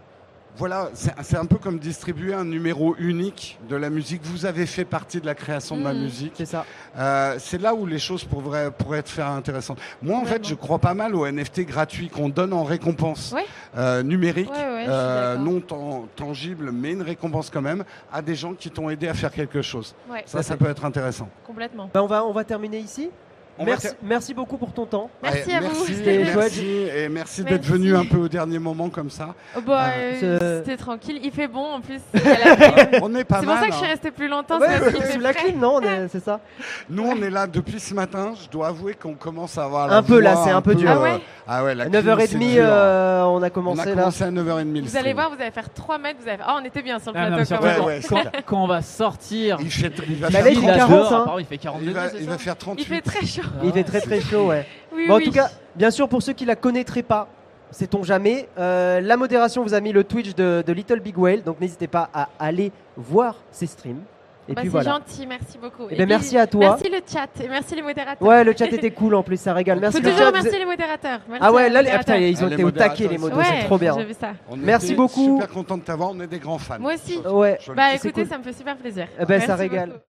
Speaker 2: voilà, c'est c'est un peu comme distribuer un numéro unique de la musique. Vous avez fait partie de la création de ma
Speaker 3: Mm.
Speaker 2: musique.
Speaker 1: C'est ça.
Speaker 2: Euh, c'est là où les choses pourraient, pourraient être faire intéressantes. Moi, en
Speaker 3: Vraiment.
Speaker 2: fait, je crois pas mal aux NFT gratuits qu'on donne en récompense
Speaker 3: Ouais.
Speaker 2: euh, numérique,
Speaker 3: Ouais, ouais, je suis
Speaker 2: euh,
Speaker 3: d'accord.
Speaker 2: non tan- tangible, mais une récompense quand même, à des gens qui t'ont aidé à faire quelque chose.
Speaker 3: Ouais,
Speaker 2: Ça, ça peut être intéressant.
Speaker 3: complètement.
Speaker 1: Bah, on va on va terminer ici.
Speaker 2: On va
Speaker 1: merci
Speaker 2: ter-
Speaker 1: merci beaucoup pour ton temps.
Speaker 3: Merci
Speaker 2: Ouais,
Speaker 3: à vous.
Speaker 2: merci,
Speaker 3: c'était-
Speaker 1: les
Speaker 2: merci,
Speaker 1: chouettes.
Speaker 2: et merci d'être
Speaker 3: Merci.
Speaker 2: venu un peu au dernier moment comme ça.
Speaker 3: Oh, bah,
Speaker 2: Ah,
Speaker 3: euh,
Speaker 1: c'est-
Speaker 3: c'était tranquille. Il fait bon en plus. il y a la clim.
Speaker 2: On est pas
Speaker 3: C'est pour
Speaker 2: mal.
Speaker 3: ça que je suis
Speaker 2: hein.
Speaker 3: restée plus longtemps.
Speaker 1: Ouais,
Speaker 3: c'est parce qu'il
Speaker 1: sous
Speaker 3: fait
Speaker 1: la
Speaker 3: frais.
Speaker 1: clim, non on est- C'est ça.
Speaker 2: Nous, on est là depuis ce matin. Je dois avouer qu'on commence à avoir la
Speaker 1: Un peu, là,
Speaker 2: voix
Speaker 1: c'est un peu dur.
Speaker 2: euh,
Speaker 3: Ah ouais
Speaker 2: ah ouais, la
Speaker 1: À
Speaker 2: clim, c'est
Speaker 1: 9h30,
Speaker 2: dur.
Speaker 1: euh, on a
Speaker 2: on a
Speaker 1: commencé là.
Speaker 2: commencé à 9h30. le
Speaker 3: Vous allez
Speaker 2: stream.
Speaker 3: voir, vous allez faire 3 mètres. Vous allez... faire- Ah, on était bien sur le
Speaker 4: Ah, non, mais
Speaker 3: plateau
Speaker 4: surtout,
Speaker 3: quand même.
Speaker 2: Ouais, ouais,
Speaker 4: quand,
Speaker 2: c'est
Speaker 4: quand on va sortir,
Speaker 2: Il fait, il va
Speaker 1: Bah, là, il
Speaker 2: faire
Speaker 1: fait
Speaker 4: là,
Speaker 1: 40,
Speaker 4: dehors,
Speaker 1: hein.
Speaker 4: apparemment, il fait 40
Speaker 2: Il va,
Speaker 4: degrés, c'est
Speaker 2: il
Speaker 4: ça Ah,
Speaker 2: va faire 38.
Speaker 3: Il fait très chaud.
Speaker 1: Il fait très très chaud, ouais.
Speaker 3: Oui,
Speaker 1: Bon, en
Speaker 3: oui.
Speaker 1: tout cas, bien sûr, pour ceux qui la connaîtraient pas, sait-on jamais, euh, la modération vous a mis le Twitch de, de Little Big Whale, donc n'hésitez pas à aller voir ses streams. Et
Speaker 3: Bah,
Speaker 1: puis
Speaker 3: c'est
Speaker 1: voilà.
Speaker 3: gentil, merci beaucoup.
Speaker 1: Eh ben,
Speaker 3: puis,
Speaker 1: merci à toi.
Speaker 3: Merci le chat et merci les modérateurs.
Speaker 1: Ouais, le chat était cool en plus, ça régale. Merci
Speaker 3: Faut
Speaker 1: le
Speaker 3: toujours
Speaker 1: chat. vous
Speaker 3: remercier
Speaker 1: êtes-
Speaker 3: les modérateurs. Merci
Speaker 1: Ah ouais, là,
Speaker 3: aux
Speaker 1: les- ah,
Speaker 3: modérateurs.
Speaker 1: putain, ils ont
Speaker 2: Ah, les
Speaker 1: été au taquet, les
Speaker 2: modérateurs,
Speaker 1: modos, c'est
Speaker 3: Ouais,
Speaker 1: trop bien. hein.
Speaker 3: J'ai vu ça.
Speaker 2: On
Speaker 1: Merci
Speaker 2: était
Speaker 1: beaucoup.
Speaker 2: Super content de t'avoir, on est des grands fans.
Speaker 3: Moi aussi.
Speaker 1: Ouais.
Speaker 2: Je le
Speaker 3: Bah
Speaker 1: C'est
Speaker 3: écoutez,
Speaker 1: cool.
Speaker 3: ça me fait super plaisir.
Speaker 1: Eh ben, ça
Speaker 3: Merci
Speaker 1: régale.
Speaker 3: beaucoup.